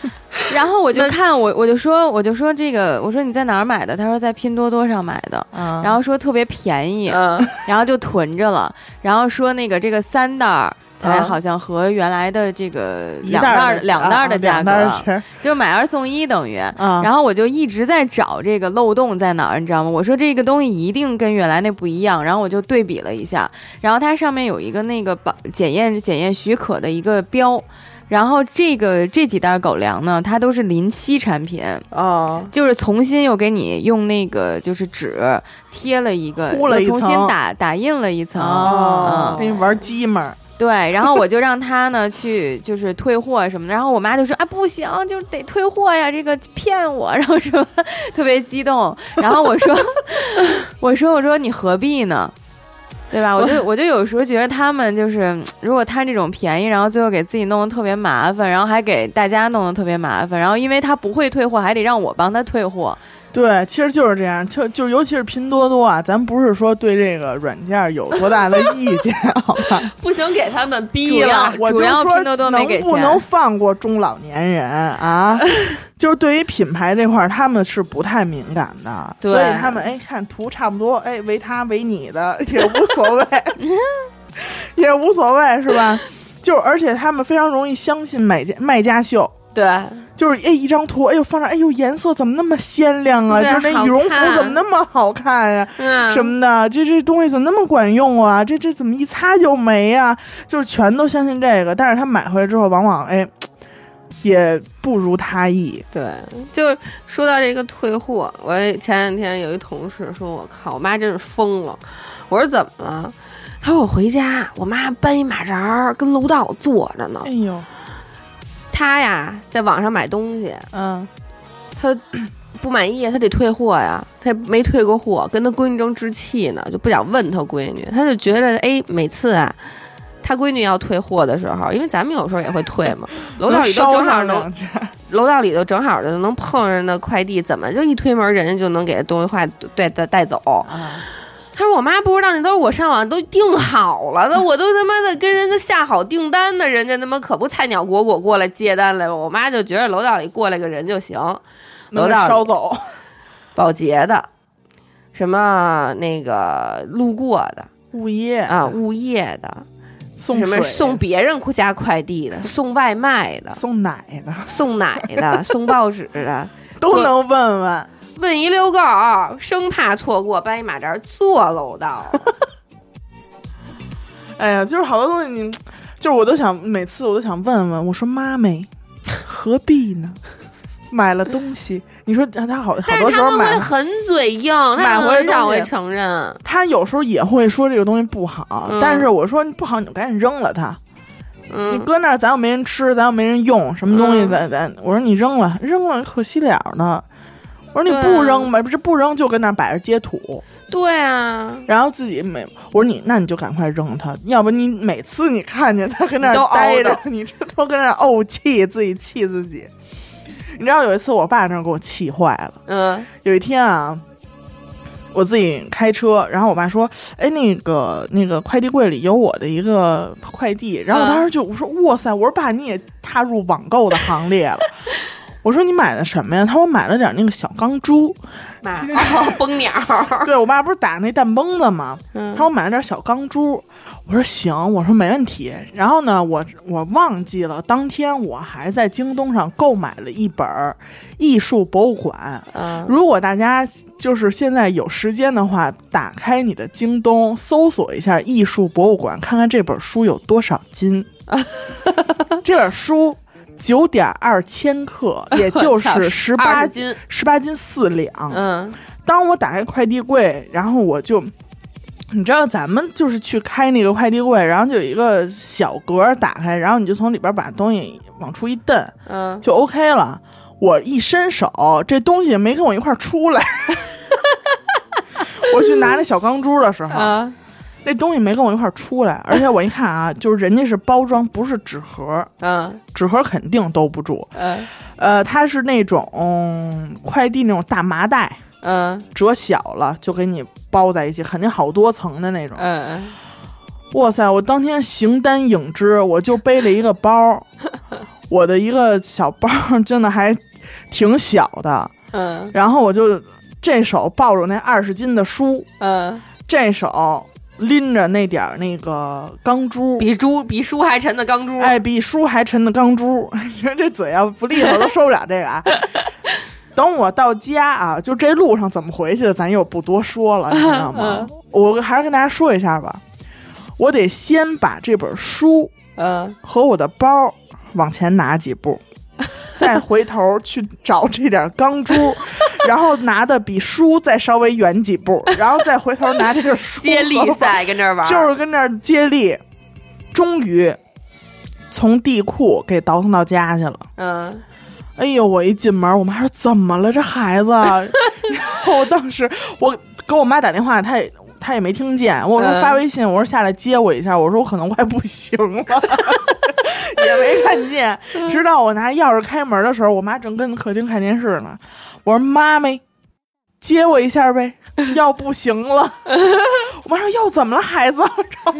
C: 然后我就看我我就说我就说这个我说你在哪儿买的？他说在拼多多上买的，
B: 然
C: 然后说特别便宜，
A: 嗯，
C: 然后就囤着了，然后说那个这个三袋儿才
A: 嗯
C: 好像和原来的这个
B: 一
C: 两袋
B: 儿
C: 儿
B: 的
C: 两袋儿的价
B: 两
C: 格
B: 袋儿
C: 了，
B: 钱
C: 就买二送一等于。
B: 啊，
C: 然后我就一直在找这个漏洞在哪儿，你知道吗？我说这个东西一定跟原来那不一样，然后我就对比了一下，然后它上面有一个那个保检验检验许可的一个标，然后这个这几袋狗粮呢，它都是临期产品，
A: 哦，
C: 就是重新又给你用那个就是纸贴了一个，
B: 糊了一
C: 又重新
B: 层
C: 打打印了一层，
B: 哦
C: 嗯，
B: 给你玩鸡嘛儿，
C: 对，然后我就让他呢去就是退货什么的，然后我妈就说啊不行，就是得退货呀，这个骗我，然后什么 特别激动，然后我说 我说我说你何必呢？对吧？我就我就有时候觉得他们就是，如果贪这种便宜，然后最后给自己弄得特别麻烦，然后还给大家弄得特别麻烦，然后因为他不会退货，还得让我帮他退货。
B: 对，其实就是这样，就就尤其是拼多多啊，咱不是说对这个软件儿有多大的意见，好吧？
A: 不行，给他们逼
C: 主要
A: 了。
B: 我就
C: 主要
B: 说
C: 拼多多没给
B: 能不
C: 钱
B: 能放过中老年人 啊？就是对于品牌这块儿，他们是不太敏感的，
C: 对
B: 所以他们哎看图差不多，哎为他为你的也无所 谓，也无所谓是吧？就而且他们非常容易相信买家卖家秀，
A: 对，
B: 就是哎一张图，哎呦放上，哎呦颜色怎么那么鲜亮啊？
A: 对
B: 就是那羽绒服
A: 好看
B: 怎么那么好看呀、
A: 嗯，
B: 什么的，这这东西怎么那么管用啊？这这怎么一擦就没啊？就是全都相信这个，但是他买回来之后，往往哎，也不如他意。
A: 对，就说到这个退货，我前两天有一同事说：“我靠，我妈真是疯了。”我说：“怎么了？”他说：“我回家，我妈搬一马扎儿跟楼道坐着呢
B: 哎。呦，
A: 她呀，在网上买东西，
B: 嗯，
A: 她 不满意，她得退货呀。她没退过货，跟她闺女争执气呢，就不想问她闺女。她就觉着，哎，每次啊，她闺女要退货的时候，因为咱们有时候也会退嘛，楼道里都
B: 烧
A: 正好
B: 上
A: 能
B: 两家，
A: 楼道里头正好就能碰上那快递，怎么就一推门人家就能给东西快带带带走？
B: 啊
A: 他说我妈不知道那都是我上网都订好了的， 我都他妈的跟人家下好订单的，人家他妈可不菜鸟裹裹过来接单来了。我妈就觉得楼道里过来个人就行，
B: 能
A: 楼
B: 给
A: 道
B: 烧
A: 里
B: 走。
A: 保洁的，什么那个路过的
B: 物业
A: 啊，物业的，
B: 送
A: 什么
B: 水啊
A: 送别人家快递的，送外卖 的，
B: 送奶的
A: 送奶的，送报纸的。
B: 都
A: 做
B: 能问问，
A: 问一溜够，生怕错过，搬一马扎坐楼道。
B: 哎呀，就是好多东西你，就是我都想每次我都想问问，我说妈没，何必呢？买了东西，你说啊他好好
A: 但
B: 多
A: 是
B: 时
A: 他
B: 候
A: 们
B: 买
A: 会很嘴硬，
B: 买
A: 他
B: 回
A: 们
B: 来
A: 很少
B: 东西
A: 会承认。
B: 他有时候也会说这个东西不好，
A: 嗯
B: 但是我说你不好，你就赶紧扔了它。你
A: 嗯，
B: 搁那儿，咱又没人吃，咱又没人用，什么东西
A: 嗯
B: 咱咱、我说你扔了，扔了可惜了呢。我说你
A: 对啊
B: 不扔吧，这不扔就跟那儿摆着接土，
A: 对啊，
B: 然后自己每我说你那你就赶快扔它，要不你每次你看见它跟那
A: 你都
B: 儿
A: 怄
B: 待着
A: 着，
B: 你这都跟那儿怄气，自己气自己。你知道有一次我爸那儿给我气坏了。
A: 嗯
B: 有一天啊，我自己开车，然后我爸说：“哎，那个那个快递柜里有我的一个快递。”然后我当时就我说：“哇塞！”我说：“爸，你也踏入网购的行列了。”我说：“你买的什么呀？”他说：“我买了点那个小钢珠。
A: 妈，哦，崩鸟。
B: 对我爸不是打那弹崩子吗？他
A: 嗯
B: 说：“我买了点小钢珠。”我我说行，我说没问题。然后呢，我我忘记了，当天我还在京东上购买了一本儿《艺术博物馆》。
A: 嗯，
B: 如果大家就是现在有时间的话，打开你的京东，搜索一下“艺术博物馆”，看看这本书有多少 斤。这本书九点二千克，也就 是十八
A: 20斤，
B: 十八斤四两。
A: 嗯
B: 当我打开快递柜，然后我就，你知道咱们就是去开那个快递柜，然后就有一个小格儿打开，然后你就从里边把东西往出一蹬，
A: 嗯，
B: 就 OK 了。我一伸手，这东西没跟我一块儿出来。我去拿那小钢珠的时候，
A: 啊，
B: 那东西没跟我一块儿出来，而且我一看啊， 就是人家是包装，不是纸盒，
A: 嗯
B: 纸盒肯定兜不住。
A: 嗯
B: 呃，它是那种、嗯快递那种大麻袋，
A: 嗯
B: 折小了就给你包在一起，肯定好多层的那种。
A: 嗯，
B: 哇塞！我当天形单影只，我就背了一个包，我的一个小包真的还挺小的。
A: 嗯
B: 然后我就这手抱着那二十斤的书，
A: 嗯，
B: 这手拎着那点儿那个钢珠，
A: 比猪比书还沉的钢珠，
B: 哎，比书还沉的钢珠。 你说这嘴要不利索都受不了这 个啊。等我到家啊，就这路上怎么回去的，咱又不多说了，你知道
A: 嗯
B: 吗？我还是跟大家说一下吧，我得先把这本书
A: 嗯
B: 和我的包往前拿几 步，再回头去找这点 钢珠，然后拿的比书再稍微远几步，然后再回头拿这个书
A: 接力赛跟这儿玩，
B: 就是跟那儿接力，终于从地库给倒腾到家去了。
A: 嗯
B: 哎呦！我一进门，我妈说：“怎么了，这孩子？” 然后我当时我给我妈打电话，她也她也没听见。我说
A: 嗯
B: 发微信，我说下来接我一下。我说我可能快不行了， 也没看见。
A: 嗯
B: 直到我拿钥匙开门的时候，我妈正跟客厅看电视呢。我说：“妈咪，接我一下 呗，要不行了。”我妈说：“要怎么了，孩子？” 然后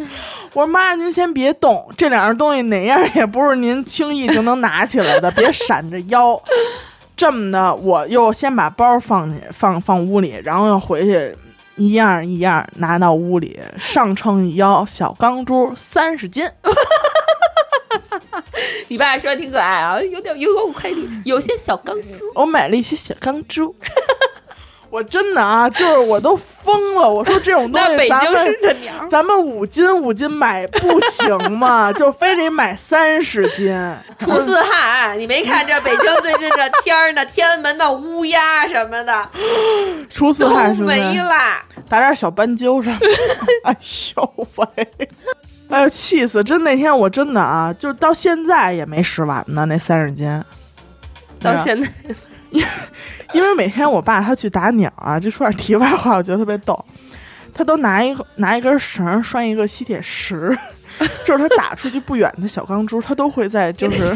B: 我说：“妈，您先别动，这两样东西哪样也不是您轻易就能拿起来的，别闪着腰。”这么的，我又先把包放进放放屋里，然后又回去一样一样拿到屋里，上称一腰，小钢珠三十斤，
A: 你爸说挺可爱啊，有点有点快递，有些小钢珠，
B: 我买了一些小钢珠。 我真的啊，就是我都疯了。我说这种东
A: 那
B: 西
A: 北
B: 咱
A: 京
B: 们
A: 市的鸟儿，
B: 咱们五斤五斤买不行吗？ 就非得买三十斤。
A: 除四害，你没看这北京最近这天儿呢，天安门的乌鸦什么 的
B: 除此
A: 都
B: 还是不
A: 没
B: 是？
A: 啦。
B: 打点小斑鸠什么的。 哎呦喂！哎呦，气死！真那天我真的啊，就是到现在也没使完呢，那三十斤。啊
A: 到现 在，
B: 因为每天我爸他去打鸟啊，这说点题外话，我觉得特别逗。他都拿一个拿一根绳儿拴一个吸铁石， 就是他打出去不远的小钢珠，他都会在就是
A: 哎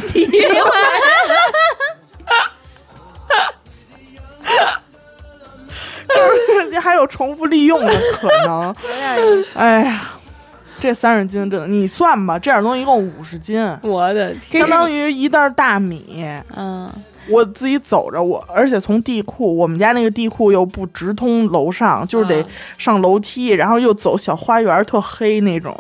B: 就是还有重复利用的可能。
C: 有点意思。
B: 哎呀，这三十斤真的，你算吧，这点东西一共五十斤，
A: 我的
C: 这
B: 相
C: 是
B: 当
C: 你
B: 于一袋大米。
C: 嗯，
B: 我自己走着我，而且从地库，我们家那个地库又不直通楼上，就是得
C: 嗯
B: 上楼梯，然后又走小花园，特黑那 种，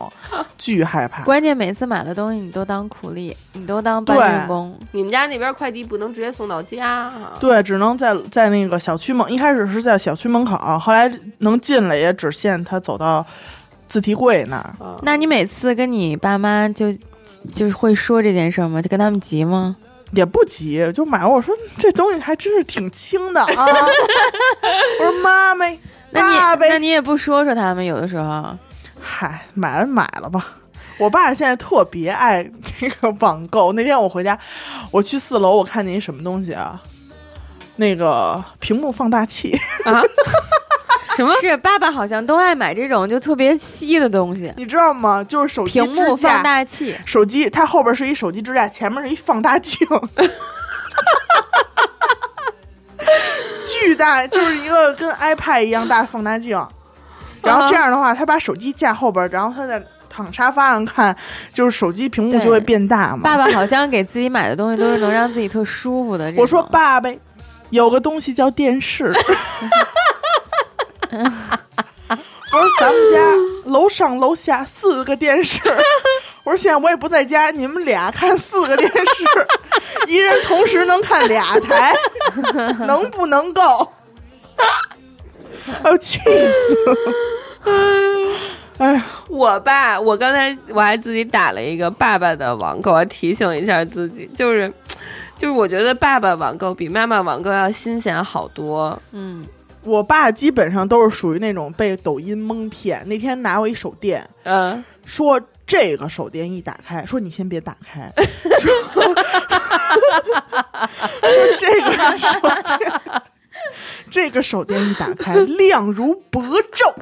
B: 巨害怕。
C: 关键每次买的东西你都当苦力，你都当搬运工。
A: 你们家那边快递不能直接送到家啊？
B: 对，只能在在那个小区门，一开始是在小区门口，后来能进来也只限他走到自提柜那儿。
A: 啊
C: 那你每次跟你爸妈就就是会说这件事儿吗？就跟他们急吗？
B: 也不急，就买。我说这东西还真是挺轻的 啊！我说妈咪，
C: 那你
B: 爸呗啊
C: 那你也不说说他们，有的时候
B: 嗨，买了买了吧。我爸现在特别爱那个网购。那天我回家，我去四楼，我看见一什么东西啊？那个屏幕放大器，
C: 什么是爸爸好像都爱买这种就特别稀的东西，
B: 你知道吗？就是手机
C: 屏幕
B: 支
C: 放
B: 架，哦
C: 大器。
B: 手机它后边是一手机支架，前面是一放大镜， 巨大，就是一个跟 iPad 一样大的放大镜。然后这样的话，他把手机架后边，然后他在躺沙发上看，就是手机屏幕就会
C: 对
B: 变大嘛。
C: 爸爸好像给自己买的东西都是能让自己特舒服的这种。
B: 我说爸呗，有个东西叫电视。不是咱们家，楼上楼下四个电视。我说现在我也不在家，你们俩看四个电视，一人同时能看俩台，能不能够？ 哎呦，气死了！ 哎呀，
A: 我爸，我刚才我还自己打了一个爸爸的网购，要提醒一下自己，就是，就是我觉得爸爸网购比妈妈网购要新鲜好多。
C: 嗯，
B: 我爸基本上都是属于那种被抖音蒙骗。那天拿我一手电，
A: 嗯，
B: 说这个手电一打开，说你先别打开，说 说这个手电，这个手电一打开亮如薄昼。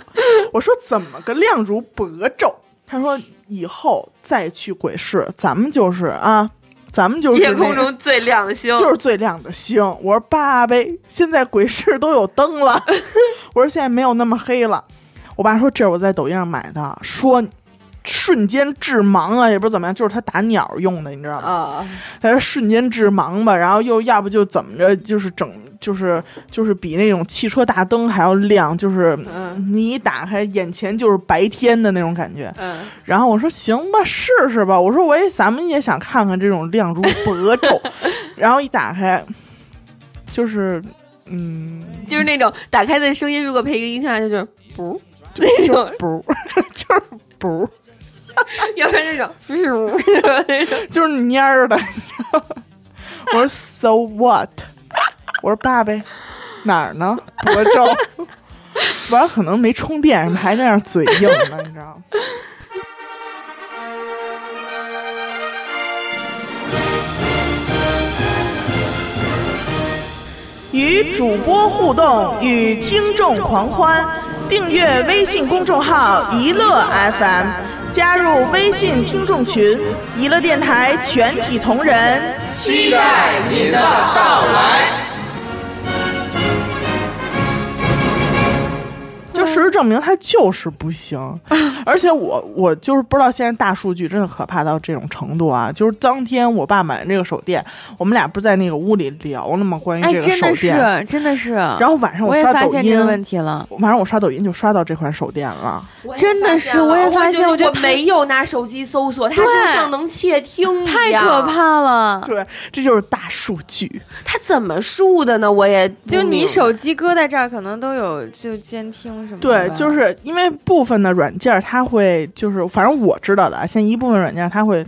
B: 我说怎么个亮如薄昼？他说以后再去鬼市，咱们就是啊，咱们就是、那
A: 夜
B: 个、
A: 空中最亮 的星，
B: 就是最亮的星。我说爸呗，现在鬼市都有灯了。 我说现在没有那么黑了。我爸说这是我在抖音上买的，说瞬间致盲啊，也不知道怎么样，就是他打鸟用的，你知道吗？
A: 啊，
B: 他说瞬间致盲吧，然后又要不就怎么着，就是整就是就是比那种汽车大灯还要亮，就是
A: 嗯
B: 你一打开眼前就是白天的那种感觉。
A: 嗯，
B: 然后我说行吧，试试吧。我说我也咱们也想看看这种亮如薄昼。然后一打开，就是嗯，
A: 就是那种打开的声音，如果配一个音效，就是不，
B: 就
A: 那
B: 就
A: 种
B: 是不，就是 不，
A: 要不然那 种，那 种
B: 就是蔫儿的。你知道吗我说 so what？我说爸呗，哪儿呢？薄昼。完了，可能没充电什么，还在那儿嘴硬呢，你知道吗？与主播互动，与听众狂欢。订阅微信公众号“一乐 FM”，加入微信听众群，一乐电台全体同仁期待您的到来。就事实证明，它就是不 行。而且我我就是不知道现在大数据真的可怕到这种程度啊！就是当天我爸买这个手电，我们俩不是在那个屋里聊了吗？关于
C: 哎，
B: 这个
C: 真
B: 手
C: 的
B: 电，
C: 是，真的是。然
B: 然后晚上
C: 我也
B: 刷
C: 发
B: 抖
C: 现
B: 音
C: 这，个问题了，
B: 晚上我刷抖音就刷到这款手电了。
C: 真的是我也发现
A: 我
C: 我觉得
A: 我没有拿手机搜索，它就像能窃
B: 哎
A: 听一
C: 太
A: 样
C: 可，怕 了。
B: 对，这就是大数据。
A: 它怎么数的呢？我也不
C: 就
A: 明
C: 你
A: 白
C: 手机搁在这儿，可能都有就监听什么的吧。
B: 对，就是因为部分的软件儿它会，就是反正我知道的啊，现在一部分软件儿它会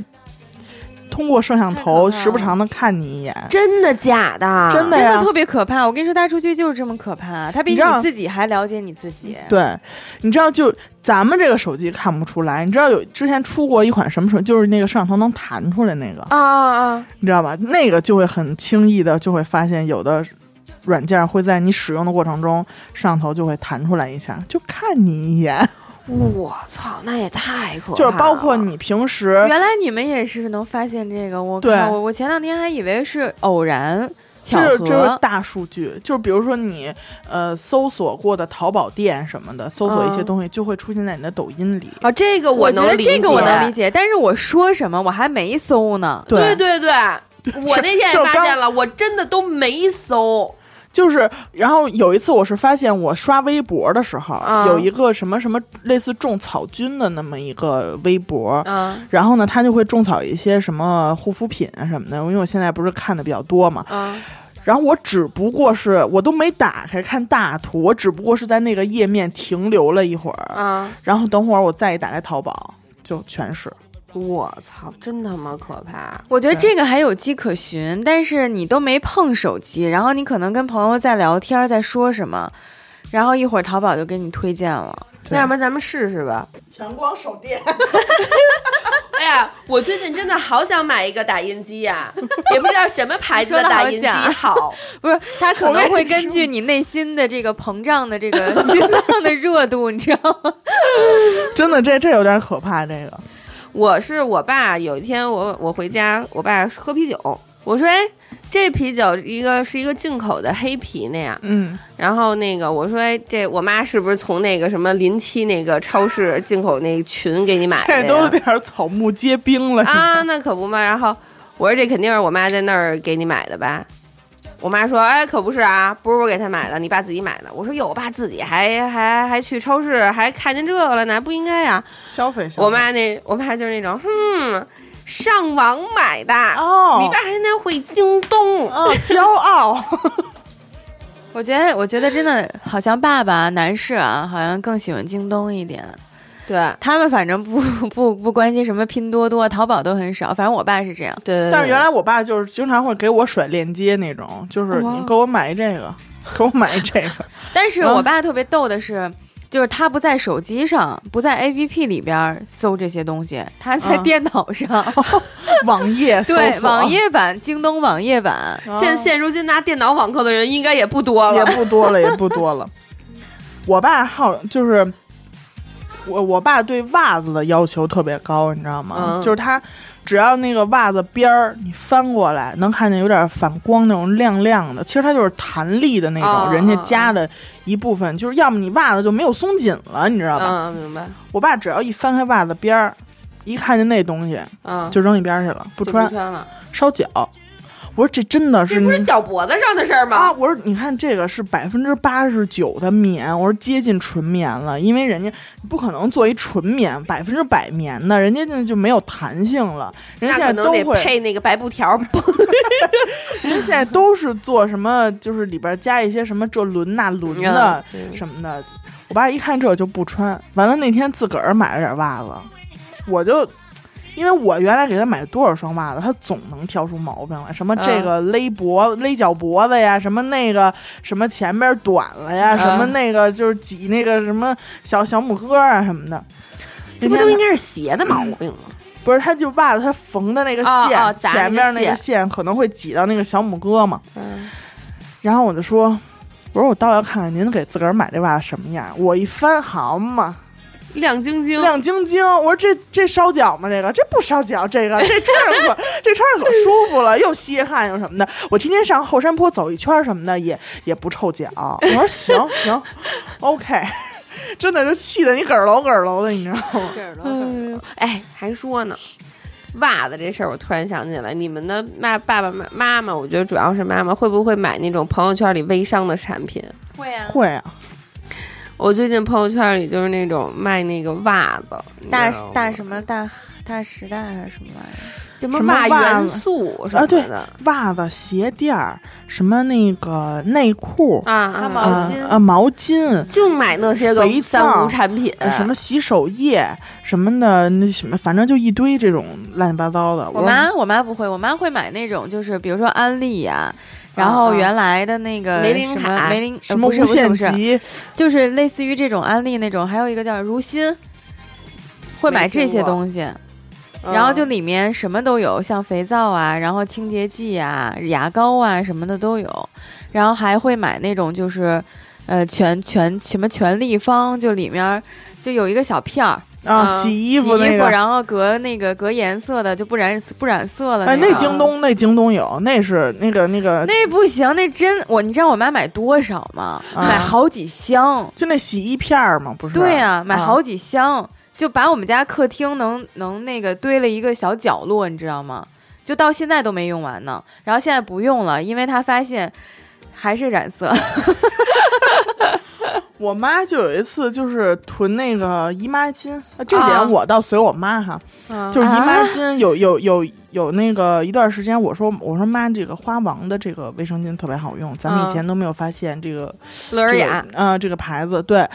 B: 通过摄像
C: 太可怕
B: 头
C: 了
B: 时不常的看你一眼。
A: 真的假的？
B: 真的
C: 真
B: 呀
C: 的特别可怕。我跟你说，大数据就是这么可怕，啊它比
B: 你
C: 你
B: 知道
C: 自己还了解你自己。
B: 对，你知道就咱们这个手机看不出来，你知道有之前出过一款什么手机，就是那个摄像头能弹出来那个，
A: 啊啊啊！
B: 你知道吧？那个就会很轻易的就会发现有的软件儿会在你使用的过程中，摄像头就会弹出来一下，就看你一眼，
A: 我操，那也太可怕了！
B: 就是包括你平时
C: 原来你们也是能发现这个，我
B: 嗯
C: 靠
B: 对
C: 我我前两天还以为是偶然巧
B: 这是这是
C: 合。
B: 大数据，就是比如说你呃搜索过的淘宝店什么的，搜索一些
A: 嗯
B: 东西就会出现在你的抖音里。
A: 啊，这个
C: 我觉
A: 能
C: 得
A: 理
C: 这个我能理解，但是我说什么我还没搜呢。
A: 对对 对，我那天
B: 就
A: 也
B: 是
A: 发
B: 刚
A: 现了，我真的都没搜。
B: 就是，然后有一次我是发现我刷微博的时候，
A: 啊
B: 有一个什么什么类似种草菌的那么一个微博，
C: 啊
A: 嗯
B: 然后呢，他就会种草一些什么护肤品啊什么的，因为我现在不是看的比较多嘛。
A: 嗯
C: 啊
B: 然后我只不过是我都没打开看大图，我只不过是在那个页面停留了一会儿，
C: 啊
A: 嗯，
B: 然后等会儿我再一打开淘宝，就全是。
A: 我操，真他妈可怕！
C: 我觉得
B: 对
C: 这个还有迹可循，但是你都没碰手机，然后你可能跟朋友在聊天，在说什么，然后一会儿淘宝就给你推荐了。
A: 那要不然咱们试试吧？
B: 强光手电，
A: 哎呀，我最近真的好想买一个打印机 呀、也不知道什么牌子的打印机好。
C: 不是，他可能
B: 我
C: 会
B: 也是
C: 根据你内心的这个膨胀的这个 心脏的热度，你知道吗？
B: 真的这这有点可怕，这个
A: 我是我爸，有一天我我回家，我爸喝啤酒，我说哎，这啤酒一个是一个进口的黑啤那样，
B: 嗯，
A: 然后那个我说哎这我妈是不是从那个什么临期那个超市进口那群给你买
B: 现在
A: 的
B: 都有
A: 呀？
B: 点草木皆 兵了。
A: 啊啊，那可不嘛。然后我说这肯定是我妈在那儿给你买的吧。我妈说：“哎，可不是啊，不是我给他买的，你爸自己买的。”我说：“哟，我爸自己还还还去超市，还看见这个了呢，不应该呀、
B: 消费消费。
A: 我妈那我妈就是那种，哼，上网买的，
B: 哦
A: 你爸现在会京东，
B: 哦，骄 傲，
C: 我觉得，我觉得真的好像爸爸男士啊，好像更喜欢京东一点。
A: 对
C: 他们反正不 不不关心什么拼多多、淘宝都很少，反正我爸是这样。
A: 对对。
B: 但是原来我爸就是经常会给我甩链接那种，就是
A: 哇
B: 你给我买一这个，给我买一这个，
C: 但是
B: 嗯
C: 我爸特别逗的是，就是他不在手机上，不在 APP 里边搜这些东西，他在
B: 嗯
C: 电脑上，
B: 网页搜
C: 对
B: 索
C: 网页版、京东网页版。
B: 哦
A: 现现如今拿电脑网购的人应该也不多
B: 也
A: 了，
B: 不多了，也不 多了。我爸好就是。我我爸对袜子的要求特别高，你知道吗？
A: 嗯
B: 就是他只要那个袜子边儿你翻过来，能看见有点反光那种亮亮的，其实它就是弹力的那种，
A: 哦
B: 人家加的一部分，就是要么你袜子就没有松紧了，你知道吧？
A: 嗯，明白，
B: 我爸只要一翻开袜子边儿，一看见那东西
A: 嗯，
B: 就扔一边儿去了，不
A: 不
B: 穿
A: 穿了，
B: 烧脚。我说这真的
A: 这
B: 是
A: 不
B: 你
A: 是脚脖子上的事儿
B: 啊！
A: 吗？
B: 我说你看这个是百分之八十九的棉，我说接近纯棉了，因为人家不可能做一纯棉百分之百棉的，人家那就没有弹性了，人
A: 那可
B: 家现在
A: 能
B: 都
A: 得
B: 会，
A: 配那个白布条，
B: 人家现在都是做什么，就是里边加一些什么这轮那轮的
A: 嗯
B: 什么的。我爸一看这就不穿，完了那天自个儿买了点袜子，我就。因为我原来给他买多少双袜子，他总能挑出毛病来，什么这个
A: 嗯
B: 勒脖、勒脚脖子呀，什么那个什么前边短了呀，
A: 嗯
B: 什么那个就是挤那个什么小小拇哥啊什么的。
A: 这不都应该是鞋的毛病吗？
B: 不是，他就袜子他缝的那个
A: 哦
B: 线，
A: 哦砸那个
B: 前面那个
A: 线
B: 线可能会挤到那个小拇哥嘛。
A: 嗯
B: 然后我就说，我说我倒要看看您给自个儿买这袜子什么样。我一翻，好嘛，
A: 亮晶晶，
B: 亮晶晶。我说这这烧脚吗？这个这不烧脚，这个 这穿上可这穿上可舒服了，又吸汗又什么的。我天天上后山坡走一圈儿什么的，也也不臭脚。我说行行，OK，真 的就气得你咯儿楼咯儿楼的，你知道吗？
A: 这耳朵
C: 嗯
A: 哎，还说呢，袜子这事儿，我突然想起来，你们的妈爸爸妈妈妈，我觉得主要是妈妈会不会买那种朋友圈里微商的产品？
C: 会啊，
B: 会啊，
A: 我最近朋友圈里就是那种卖那个袜子，你知
C: 大
A: 道吗
C: 大什么大大时代还是什么玩意儿？
A: 什
B: 什么
A: 袜
B: 袜
A: 元
B: 子
A: 素什
B: 啊
A: 么
B: 对
A: 的
B: 袜子、鞋垫儿，什么那个内裤
A: 啊啊，
C: 毛
A: 啊
B: 啊
C: 巾哎
B: 啊毛巾，
A: 就买那些个
B: 肥皂
A: 三无产品，
B: 呃什么洗手液什么的，那什么反正就一堆这种乱七八糟的。
C: 我
B: 我
C: 妈我妈不会，我妈会买那种就是比如说安利呀、然
B: 啊
C: 后原来的那个
A: 梅林
C: 什么
A: 卡
C: 梅林
B: 什么
C: 呃、不
B: 无
C: 是不是
B: 限
C: 不是
B: 极，
C: 就是类似于这种安利那种，还有一个叫如新，会买这些东西，
A: 嗯
C: 然后就里面什么都有，像肥皂啊，然后清洁剂啊、牙膏啊什么的都有，然后还会买那种就是，呃，全全什么全立方，就里面就有一个小片儿，
B: 啊，
A: 啊
B: 洗
C: 洗
B: 衣服那个，
C: 然后隔那个隔颜色的，就不染不染色的
B: 哎，
C: 那
B: 那
C: 种
B: 京东那京东有，那是那个那个，
C: 那不行，那真我你知道我妈买多少吗？
B: 啊
C: 买好几箱。
B: 就那洗衣片儿嘛，不是？啊
C: 对呀、买好几箱，就把我们家客厅能能那个堆了一个小角落，你知道吗？就到现在都没用完呢。然后现在不用了，因为他发现还是染色。
B: 我妈就有一次就是囤那个姨妈巾，啊这
A: 啊
B: 点我倒随我妈哈，
A: 嗯
B: 就是姨妈巾有有有有那个一段时间，我说我说妈，这个花王的这个卫生巾特别好用，咱
A: 嗯
B: 们以前都没有发现这个
A: 乐
B: 这
A: 尔
B: 个
A: 雅
B: 啊这个牌子。对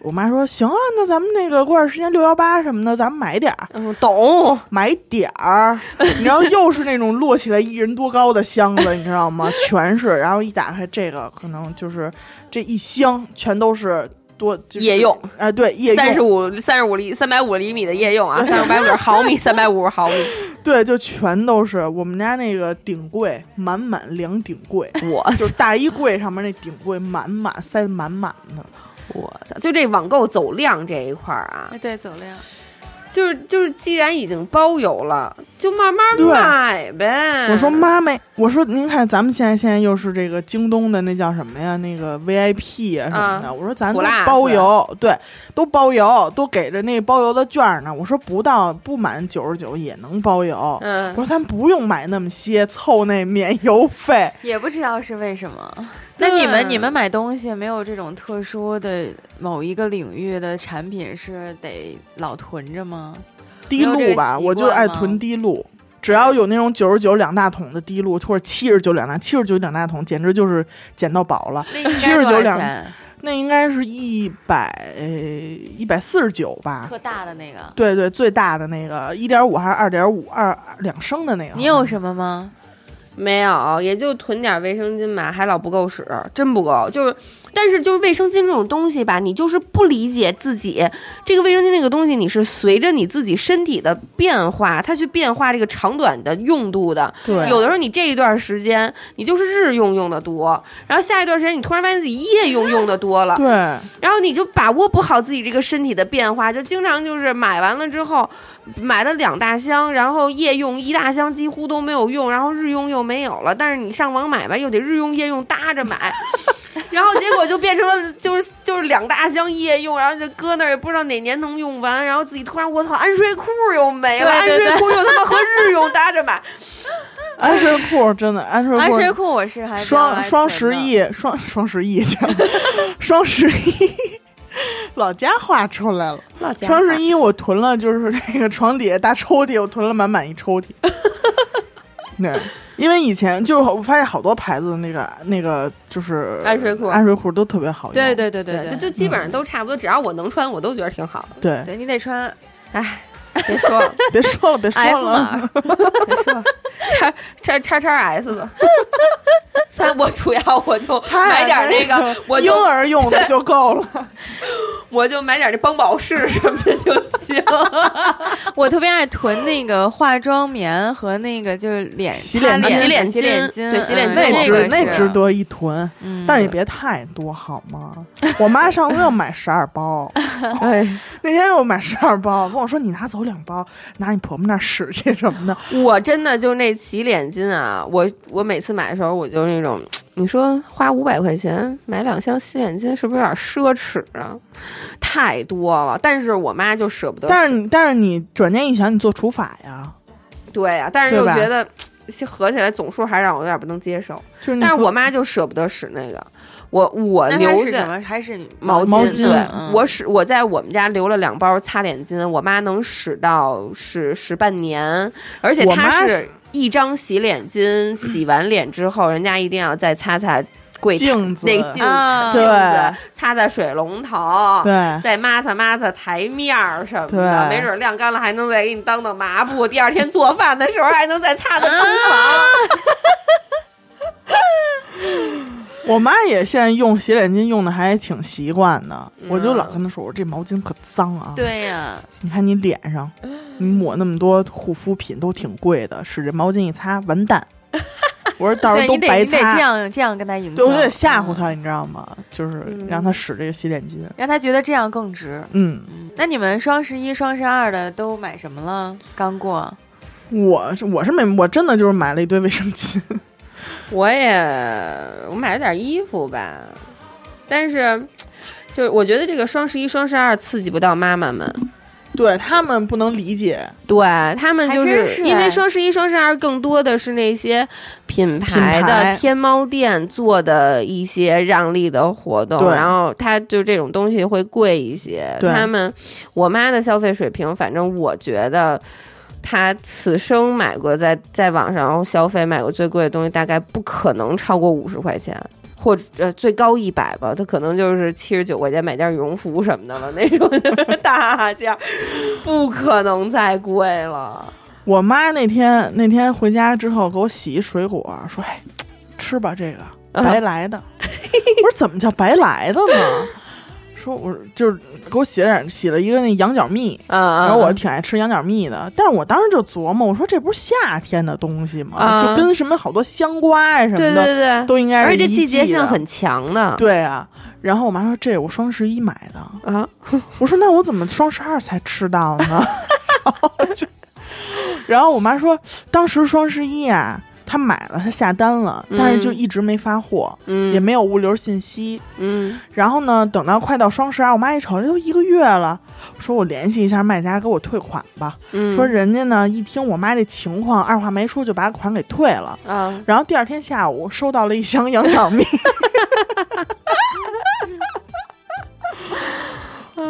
B: 我妈说行啊，那咱们那个过段时间六幺八什么的，咱们买点儿
A: 嗯懂，
B: 买点 儿，然后又是那种摞起来一人多高的箱子，你知道吗？全是，然后一打开这个，可能就是这一箱全都是多就是
A: 夜用
B: 啊、对夜用
A: 三十五三十五厘三百五厘米的夜用啊，三百五十毫米，三百五十毫米，
B: 对，就全都是我们家那个顶柜，满满两顶柜，
A: 我
B: 就是大衣柜上面那顶柜满满塞得满满的。
A: 我操！就这网购走量这一块儿啊，
C: 对，走量。
A: 就是就是，既然已经包邮了，就慢慢
B: 对
A: 买呗。
B: 我说妈咪，我说您看咱们现在现在又是这个京东的那叫什么呀？那个 VIP 啊什么的。我说咱都
A: 普拉斯
B: 包邮，对，都包邮，都给着那包邮的券儿呢。我说不到不满九十九也能包邮。我
A: 嗯，
B: 说咱不用买那么些，凑那免邮费。
C: 也不知道是为什么。
A: 对
C: 那你们你们买东西没有这种特殊的某一个领域的产品是得老囤着吗？
B: 滴露吧，
C: 没有
B: 我
C: 这个习惯吗
B: 就爱囤滴露。只要有那种九十九两大桶的滴露，或者七十九两大七十九两大桶，简直就是捡到宝了。
C: 那应该
B: 79
C: 多少
B: 两
C: 钱
B: 那应该是一百一百四十九吧？
C: 特大的那个。
B: 对对，最大的那个一点五还是二点五二两升的那个。
C: 你有什么吗？
A: 没有，也就囤点卫生巾吧，还老不够使，真不够。就是，但是就是卫生巾这种东西吧，你就是不理解自己这个卫生巾这个东西，你是随着你自己身体的变化，它去变化这个长短的用度的。
B: 对
A: 有的时候你这一段时间你就是日用用的多，然后下一段时间你突然发现自己夜用用的多了，
B: 对，
A: 然后你就把握不好自己这个身体的变化，就经常就是买完了之后，买了两大箱，然后夜用一大箱几乎都没有用，然后日用又没有了，但是你上网买吧，又得日用夜用搭着买。然后结果就变成了，就是就是两大箱夜用，然后就搁那儿也不知道哪年能用完，然后自己突然我操，安睡裤又没了，
C: 对对对
A: 安睡裤又他妈和日用搭着买，
B: 安睡 裤真的安睡
C: 安
B: 裤
C: 睡裤我是还比较爱
B: 双双
C: 囤
B: 十
C: 的，
B: 一，双双十一去了，双十一， 老家话出来了。
A: 老家
B: 双十一我囤了，就是 那个床底下大抽屉，我囤了满满一抽屉。 对，因为以前就是我发现好多牌子的那个那个就是
A: 安睡裤
B: 安睡裤都特别好用。
C: 对对对
A: 对，
C: 对，
A: 就就基本
B: 嗯
A: 上都差不多，只要我能穿，我都觉得挺好的。
B: 对，
C: 对你得穿
A: 别说了，
B: 别说了，别说
C: F
B: 了。
C: 码，
A: 别说了，叉叉叉叉 S 吧。三，我主要我 就买点儿那个，我
B: 婴
A: 就
B: 儿用的就够了。
A: 我就买点儿那邦宝适什么的就行。
C: 我特别爱囤那个化妆棉和那个就是脸
B: 洗
C: 擦
B: 脸
C: 脸
A: 洗
B: 巾
C: 的洗
A: 脸巾
C: 脸巾，
A: 对洗脸
C: 嗯
A: 巾
B: 那
C: 这
A: 我
C: 个
A: 也
B: 值那
C: 是
B: 值，得一囤，
C: 嗯
B: 但是也别太多好吗？我妈上次要买十二 包，
A: 哎，
B: 那天又买十二包，跟我说你拿走两包，拿你婆婆那儿使去什么的。
A: 我真的就那洗脸巾啊，我我每次买的时候，我就那种，你说花五百块钱买两箱洗脸巾，是不是有点奢侈啊？太多了，但是我妈就舍不得。
B: 但是你但是你转念一想，你做除法呀，
A: 对呀、但是
B: 对
A: 又
B: 吧
A: 觉得合起来总数还让我有点不能接受。
B: 就是你
A: 但是
B: 说
A: 我妈就舍不得使那个，我我
C: 那它
A: 留
C: 是什
A: 着
C: 么？还是
A: 毛
B: 毛
A: 巾，
B: 巾
A: 对、
C: 嗯
A: 我使我在我们家留了两包擦脸巾，我妈能使到使使半年，而且
B: 我
A: 她
B: 妈
A: 是
B: 是
A: 一张洗脸巾，洗完脸之后，人家一定要再擦擦柜台
B: 镜子
A: 那镜
C: 啊
A: 镜
B: 对
A: 子，擦擦水龙头，
B: 对
A: 再抹擦抹擦台面儿什么的，
B: 对
A: 没准晾干了还能再给你当当抹布，第二天做饭的时候还能再擦
C: 啊
A: 擦厨房。
B: 我妈也现在用洗脸巾用的还挺习惯的，我就老跟她说，我说这毛巾可脏啊，
C: 嗯对呀，
B: 你看你脸 上，你抹那么多护肤品都挺贵的，使这毛巾一擦完 蛋。我说到时
C: 对
B: 候都
C: 你得
B: 白
C: 你得这
B: 擦，
C: 样这样跟他营
B: 对
C: 销，
B: 我就得吓唬
C: 嗯，
B: 她，你知道吗？就是让她使这个洗脸巾。
C: 让他觉得这样更值。
B: 嗯，
C: 嗯那你们双十一、双十二的都买什么了？刚过，
B: 我是我是没，我真的就是买了一堆卫生巾。
A: 我也我买了点衣服吧，但是就是我觉得这个双十一、双十二刺激不到妈妈们，
B: 对他们不能理解，
A: 对他们就
C: 还
A: 是
C: 真是哎
A: 因为双十一、双十二更多的是那些品牌
B: 品牌
A: 的天猫店做的一些让利的活动，
B: 对
A: 然后它就这种东西会贵一些。
B: 对
A: 他们我妈的消费水平，反正我觉得。她此生买过在在网上消费买过最贵的东西，大概不可能超过五十块钱，或者、呃、最高一百吧。她可能就是七十九块钱买件羽绒服什么的了，那种就是大件儿，不可能再贵了。
B: 我妈那天那天回家之后给我洗一水果，说：“哎，吃吧，这个
A: 嗯
B: 白来的。我说：“怎么叫白来的呢？”说：“我说就是给我洗了点洗了一个那羊角蜜，
A: 嗯嗯，
B: 然后我挺爱吃羊角蜜的，但是我当时就琢磨，我说这不是夏天的东西吗？
A: 啊
B: 就跟什么好多香瓜呀、啊什么
A: 对对
B: 的
A: 对对，
B: 都应该是
A: 而且这
B: 一
A: 季节
B: 季
A: 性
B: 的
A: 很强的。
B: 对啊。然后我妈说：“这我双十一买的。”
A: 啊，
B: 我说那我怎么双十二才吃到呢？ 就然后我妈说，当时双十一啊，她买了，她下单了，但是就一直没发货，
A: 嗯
B: 也没有物流信息。
A: 嗯
B: 然后呢，等到快到双十二，我妈一瞅，这都一个月了，说我联系一下卖家，给我退款吧。
A: 嗯，
B: 说人家呢，一听我妈这情况，二话没说就把款给退了。
A: 啊，
B: 然后第二天下午收到了一箱羊小蜜。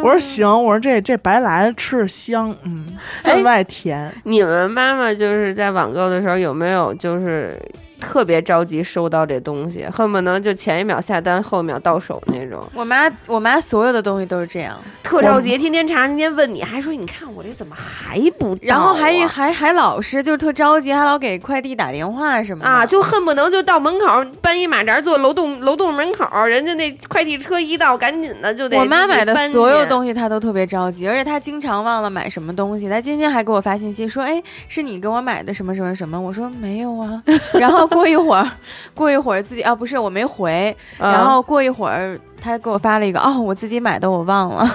B: 我说行，我说这这白来吃着香，嗯，
A: 哎
B: 分外甜。
A: 你们妈妈就是在网购的时候有没有就是特别着急收到这东西，恨不能就前一秒下单，后一秒到手那种，
C: 我妈，我妈所有的东西都是这样，
A: 特着急，天天查，天天问你，还说你看我这怎么还不到啊、
C: 然后还还还老是就是特着急，还老给快递打电话什么的
A: 啊，就恨不能就到门口搬一马扎坐楼栋楼栋门口，人家那快递车一到，赶紧的就得
C: 我妈买的所有
A: 西，
C: 东西，她都特别着急，而且她经常忘了买什么东西。她今天还给我发信息说：“哎，是你给我买的什么什么什么？”我说：“没有 啊。”然后过一会儿，过一会儿自己啊，不是我没回。然
A: 嗯
C: 后过一会儿，她给我发了一个：“哦，我自己买的，我忘了。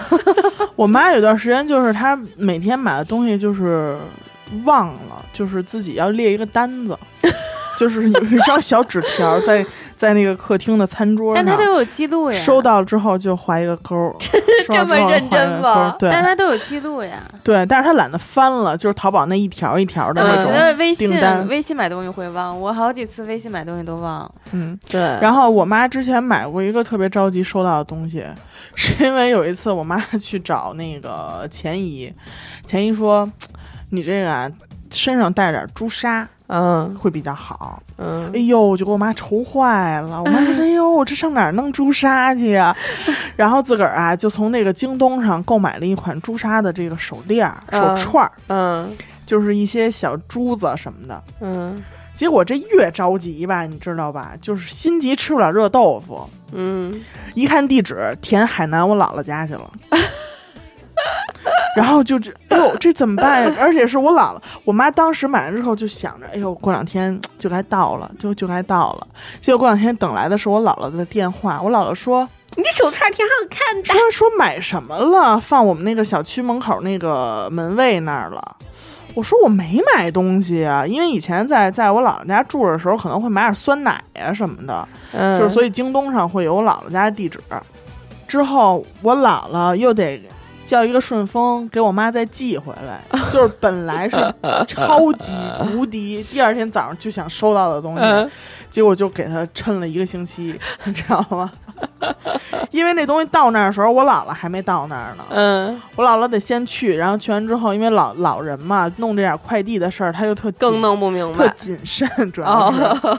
B: 我妈有段时间就是她每天买的东西就是忘了，就是自己要列一个单 子，就是有一张小纸条在在那个客厅的餐”桌
C: 但她都
B: 上。
C: 有记录呀，
B: 收到之后就划一个 勾儿，收到之后
A: 啊这么认
B: 划一
A: 真
B: 个勾
A: 吗
B: 儿。对，
C: 但她都有记录呀。
B: 对，但是他懒得翻了，就是淘宝那一条一条的
A: 嗯
C: 我
B: 那
C: 觉
B: 种。
C: 得微信
B: 订单
C: 微信买东西会忘，我好几次微信买东西都忘。
B: 嗯，
A: 对，然
B: 然后我妈之前买过一个特别着急收到的东西，是因为有一次我妈 去找那个前姨，前姨说：“你这个啊，身上带点朱砂
A: 嗯
B: 会比较好。”
A: 嗯
B: 哎呦，我就给我妈愁坏了。我 妈说：“哎呦，这上哪儿弄朱砂去呀、 然后自个儿啊，就从那个京东上购买了一款朱砂的这个手链儿、手
A: 嗯
B: 串儿，
A: 嗯
B: 就是一些小珠子什么的。
A: 嗯
B: 结果这越着急吧，你知道吧？就是心急吃不了热豆腐，
A: 嗯，
B: 一看地址填海南我姥姥家去了， 然后就这，哎呦，这怎么办呀？而且是我姥姥，我妈当时买完之后就想着，哎呦，过两天就该到了，就就该到了。结果过两天等来的是我姥姥的电话，我姥姥说
A: 你这手串挺好看的
B: 说说买什么了，放我们那个小区门口那个门卫那儿了。我说我没买东西啊，因为以前在在我姥姥家住的时候，可能会买点酸奶啊什么的，，
A: 嗯
B: 就是所以京东上会有我姥姥家的地址。之后我姥姥又得叫一个顺丰给我妈再寄回来，就是本来是超级无敌，第二天早上就想收到的东西，
A: 嗯
B: 结果就给他抻了一个星期， 你知道吗？因为那东西到那儿的时候，我姥姥还没到那儿呢。
A: 嗯，
B: 我姥姥得先去，然后去完之后，因为老老人嘛，弄这点快递的事儿，他又特
A: 更
B: 谨
A: 弄不明
B: 特
A: 白。
B: 谨慎，主要是。
A: 哦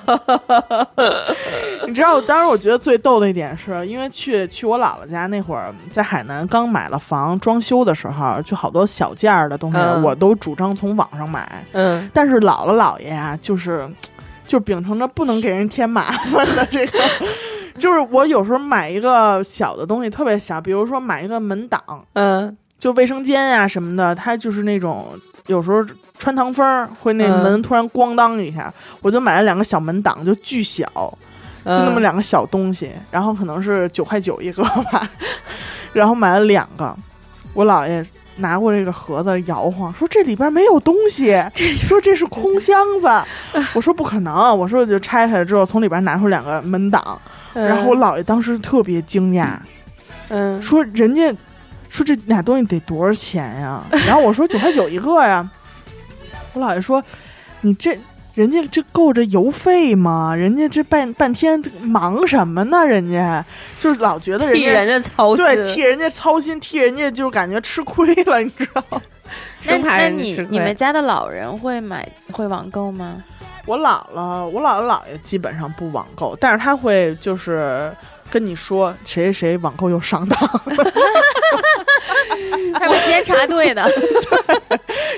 B: 你知道，当时我觉得最逗的一点是，因为去去我姥姥家那会儿，在海南刚买了房，装修的时候，就好多小件儿的东西，
A: 嗯
B: 我都主张从网上买。
A: 嗯，
B: 但是姥姥姥爷呀、就是就秉承着不能给人添麻烦的这个， 就是我有时候买一个小的东西，特别小，比如说买一个门挡，
A: 嗯
B: 就卫生间呀、什么的，它就是那种有时候穿堂风儿会那
A: 嗯
B: 门突然咣当一下，我就买了两个小门挡，就巨小，就
A: 嗯，
B: 那么两个小东西，然后可能是九块九一个吧， 然后买了两个，我姥爷。拿过这个盒子摇晃，说这里边没有东西，说这是空箱子。 我说不可能，我说我就拆开了之后，从里边拿出两个门挡，
A: 嗯，
B: 然后我姥爷当时特别惊讶，
A: 嗯
B: 说人家说这俩东西得多少 钱呀？然后我说九块九一个呀。我姥爷说你这人家这够这邮费吗？人家这半半天忙什么呢？人家就是老觉得人
A: 替
B: 家。
A: 人家操心，
B: 对，替人家操心，替人家就是感觉吃亏了，你知 道吗？
C: 那
A: 生怕
C: 那
A: 人
C: 你
A: 吃亏
C: 你们家的老人会买会网购吗？
B: 我姥姥，我姥姥姥爷基本上不网购，但是他会就是跟你说谁谁谁网购又上当，
C: 他们直接插队的。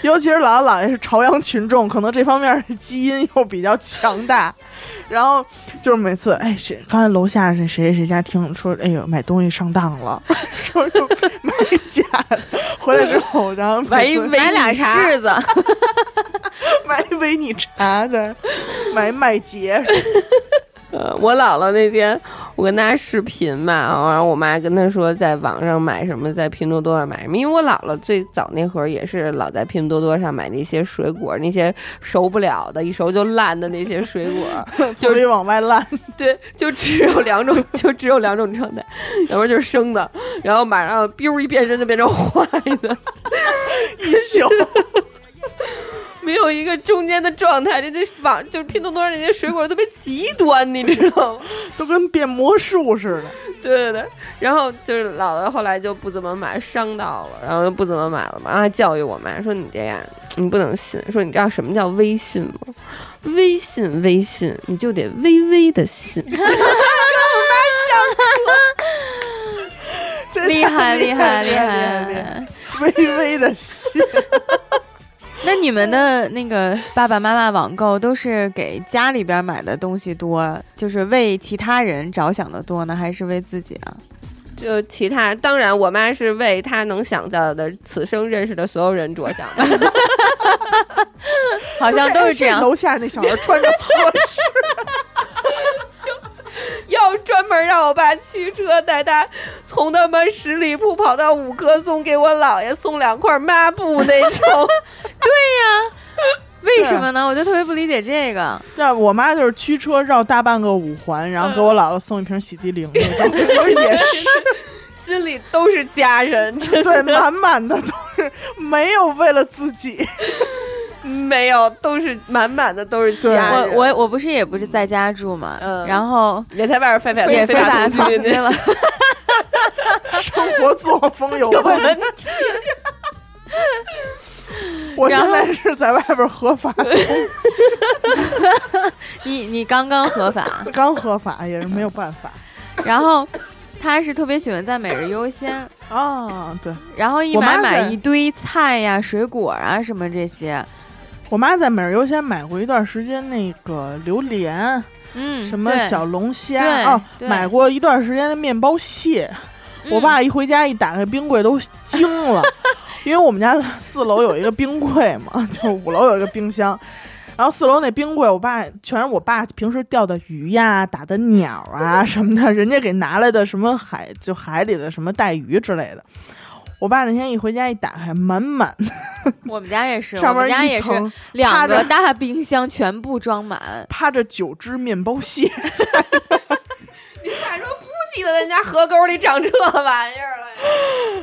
B: 尤其是姥姥姥爷是朝阳群众，可能这方面儿基因又比较强大。然后就是每次，哎，谁刚才楼下是谁谁谁家听说，哎呦，买东西上当了， 说就买假的，回来之后，然后
A: 买
B: 每
A: 一
B: 次
A: 维
C: 买俩
A: 尼茶
C: 柿子，
B: 买一维你茶的，买麦秸，
A: 呃，我姥姥那天，我跟大家视频嘛，啊然后我妈跟她说在网上买什么，在拼多多上买什么，因为我姥姥最早那会儿也是老在拼多多上买那些水果，那些熟不了的，一熟就烂的那些水果，
B: 就里往外烂，
A: 对，就只有两种，就只有两种状态，要不然就是生的，然后马上 biu 一变身就变成坏的，
B: 一宿。
A: 没有一个中间的状态。这这网就是拼多多上那些水果特别极端，你知道吗？
B: 都跟变魔术似的。
A: 对对对，然后就是姥姥后来就不怎么买，伤到了，然后就不怎么买了嘛。然后还教育我妈说：“你这样你不能信，说你知道什么叫微信吗？微信微信，你就得微微的信。
B: 这
C: 厉害
B: 太
C: 厉害
B: 厉
C: 厉
B: 害！厉
C: 害！
B: 害微微的信，
C: 那你们的那个爸爸妈妈网购都是给家里边买的东西多，就是为其他人着想的多呢，还是为自己啊？
A: 就其他，当然我妈是为她能想到的此生认识的所有人着想的。
C: 好像
A: 哎
C: 都是这样。
B: 楼下那小孩穿着破
A: 要专门让我爸驱车带他从他妈十里铺跑到五棵松，给我姥爷送两块抹布那种。
B: 啊
C: 为什么呢？我就特别不理解这个。
B: 那我妈就是驱车绕大半个五环，然后给我姥姥送一瓶洗涤灵那种，我也是
A: 心里都是家人，真
B: 对，满满的都是没有为了自己，
A: 没有，都是满满的都是
B: 哎
A: 家
C: 我
A: 人。
C: 我我不是也不是在家住嘛，
A: 嗯
C: 然后
A: 也在外边非法
C: 也
A: 非
C: 非法
A: 同
C: 放
A: 居
C: 弃了。
B: 生活作风有问题。
A: 那
B: 我
C: 然
B: 现
C: 后
B: 在是在外边合 法，
C: 你你刚刚合法，
B: 刚合法也是没有办法
C: 然后他是特别喜欢在每日优鲜，
B: 啊。对
C: 然后一
B: 我妈
C: 买买
B: 在
C: 一堆菜呀、水果啊什么这些。
B: 我妈在每日优先买过一段时间那个榴莲，
C: 嗯，
B: 什么
C: 对
B: 小龙
C: 对
B: 虾哦，
C: 对
B: 买过一段时间的面包蟹。我
C: 嗯
B: 爸一回家一打开冰柜都惊 了，因为我们家四楼有一个冰柜嘛， 就是五楼有一个冰箱，然后四楼那冰柜，我爸全是我爸平时钓的鱼呀、打的鸟啊
C: 嗯
B: 什么的，人家给拿来的什么海就海里的什么带鱼之类的。我爸那天一回家一打开，满满
C: 我们家也是，
B: 上
C: 我们家
B: 面一
C: 也是
B: 层
C: 两
B: 趴
C: 个
B: 着
C: 大冰箱全部装满。
B: 趴着九只面包蟹，
A: 咋说不记得人家河沟里长这玩意儿了呀？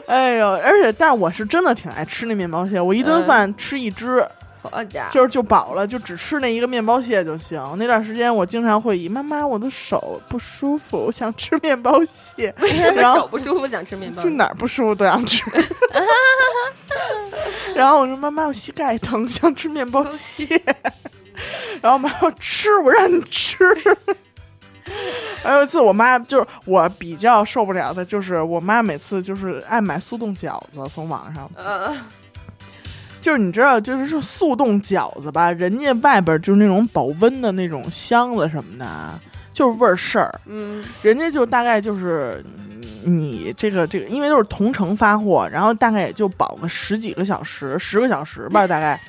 B: 哎呦！而且，但是我是真的挺爱吃那面包蟹，我一顿
A: 嗯
B: 饭吃一只。
A: 好家伙，
B: 就是就饱了，就只吃那一个面包蟹就行。那段时间我经常会以妈妈我的手不舒服，我想吃面包蟹，
A: 为什么
B: 然后
A: 手不舒服想吃面包
B: 就？哪儿不舒服都想吃。然后我说妈妈我膝盖疼，想吃面包蟹。然后我妈说吃，我让你吃。还有一次，我妈就是我比较受不了的，就是我妈每次就是爱买速冻饺子，从网上
A: 嗯，
B: 就是你知道，就是说速冻饺子吧，人家外边就是那种保温的那种箱子什么的啊，就是味儿事儿。
A: 嗯，
B: 人家就大概就是嗯你这个这个，因为都是同城发货，然后大概也就保个十几个小时、十个小时吧，大概。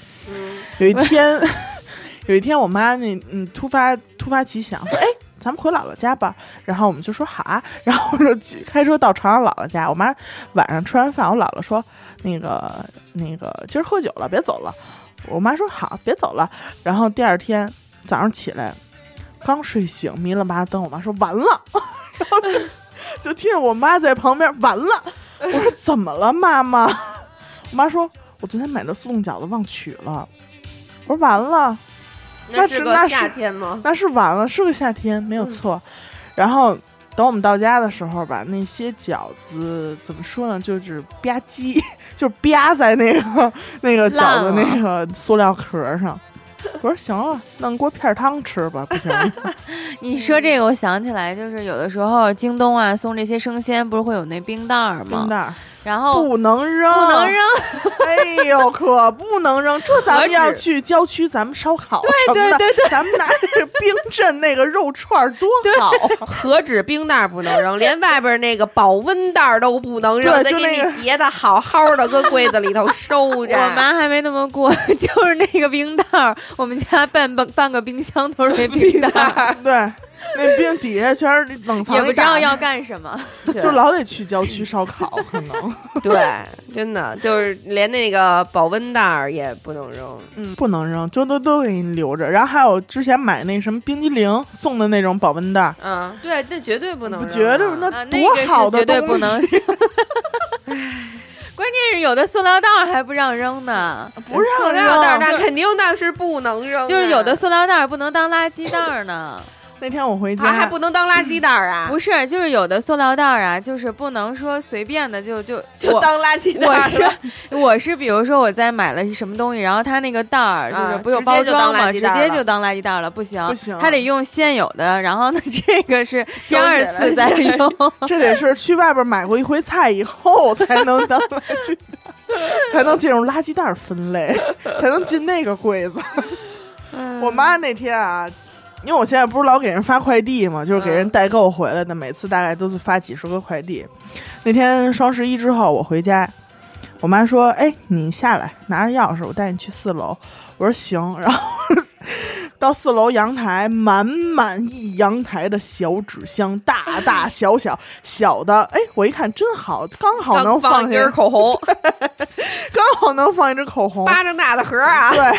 B: 有一天， 有一天我妈那嗯突发突发奇想说，哎。咱们回姥姥家吧，然后我们就说好啊，然后我就骑开车到朝阳姥姥家。我妈晚上吃完饭，我姥姥说那个那个今儿喝酒了，别走了。我妈说好，别走了。然后第二天早上起来，刚睡醒，迷了麻灯，我妈说完了，然后就就听见我妈在旁边完了。我说怎么了，妈妈？ 我妈说我昨天买的速冻饺子忘取了。我说完了，那
A: 是
B: 是
A: 个
B: 那是
A: 夏天 吗？
B: 那是完了，是个夏天，没有错。
C: 嗯
B: 然后等我们到家的时候吧，那些饺子怎么说呢，就是吧唧， 就是吧在那个 那个饺子
C: 烂了
B: 那个塑料壳上。我说行了，弄锅片儿汤吃吧， 不行了。
C: 你说这个，我想起来，就是有的时候京东啊送这些生鲜，不是会有那冰袋儿吗？
B: 冰袋儿
C: 然后
B: 不啊能扔，
C: 哦不能扔，
B: 哎呦，可不能扔！这咱们要去郊区，咱们烧烤什么的，
C: 对对对
B: 咱们拿这个冰镇那个肉串儿多好啊！
A: 何止冰袋儿不能扔，连外边那个保温袋儿都不能扔，
B: 对
A: 得
B: 就
A: 给
B: 那个
A: 你叠的好好的，搁柜子里头收 着。
C: 我妈还没那么过， 就是那个冰袋儿，我们家半半半个冰箱都是那冰袋儿。
B: 对，那冰底下全是冷藏
C: 也
B: 一
C: 不知
B: 大
C: 道
B: 堆
C: 要干什么。
B: 就老得去郊区烧烤，可能
A: 对，真的就是连那个保温袋儿也不能扔。
C: 嗯
B: 不能扔，就都都给你留着。然后还有之前买那什么冰激凌送的那种保温袋儿，
A: 嗯，对，那绝对不能
B: 不
A: 扔啊。
B: 觉着那
C: 啊那
B: 多
C: 个是
B: 好的
C: 绝对
B: 东
C: 不
B: 西
C: 能，关键是有的塑料袋儿还不让 扔呢，
B: 不让
A: 塑料袋儿那
B: 扔
A: 肯定那是不能扔啊，
C: 就是有的塑料袋儿不能当垃圾袋儿 呢。
B: 那天我回家、
A: 啊还不能当垃圾袋儿啊，
C: 不是，就是有的塑料袋儿啊，就是不能说随便的就就
A: 就
C: 我
A: 当垃圾袋
C: 我
A: 儿
C: 是
A: 了。
C: 我是，比如说我在买了什么东西，然后它那个袋儿就
A: 啊
C: 是不有
A: 直接
C: 包
A: 就当
C: 装嘛，
A: 垃圾
C: 直
A: 袋
C: 接
A: 了
C: 就当垃圾袋儿了，不行，
B: 不行
C: 它得用现有的，然后呢， 这个是
A: 收
C: 第二
A: 起来
C: 次再用，
B: 这得是去外边买过一回菜以后才 能 当垃圾袋，才能进入垃圾袋分类，才能进那个柜子。我妈那天啊，因为我现在不是老给人发快递嘛，就是给人代购回来的，每次大概都是发几十个快递。那天双十一之后，我回家，我妈说：“哎，你下来拿着钥匙，我带你去四楼。”我说：“行。” 然后到四楼阳台，满满一阳台的小纸箱，大大小小，小的，哎，我一看真好，刚好
A: 刚
B: 能
A: 放
B: 放
A: 一
B: 下
A: 根，口 红，
B: 刚好能放一支口红，
A: 巴掌大的盒儿 啊，
B: 对，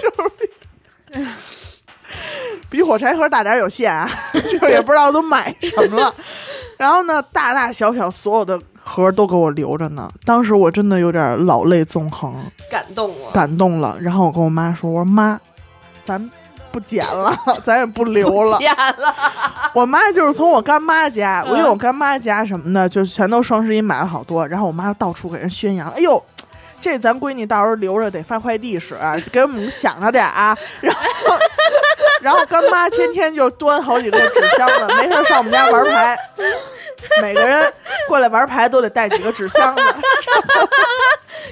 B: 就是比比火柴盒大点儿有限啊， 就是也不知道都买什么了。然后呢，大大小小所有的盒都给我留着呢。当时我真的有点老泪纵横，
A: 感动我。
B: 感动了。然后我跟我妈说：“我说妈，咱不捡了， 咱也不留了。”
A: 见了，
B: 我妈就是从我干妈家，
A: 嗯
B: 我因为我干妈家什么的，就全都双十一买了好多，然后我妈到处给人宣扬，哎呦。这咱闺女到时候留着得发快递使、啊给我们想着点啊。然后， 然后干妈天天就端好几个纸箱子，没事儿上我们家玩牌，每个人过来玩牌都得带几个纸箱子，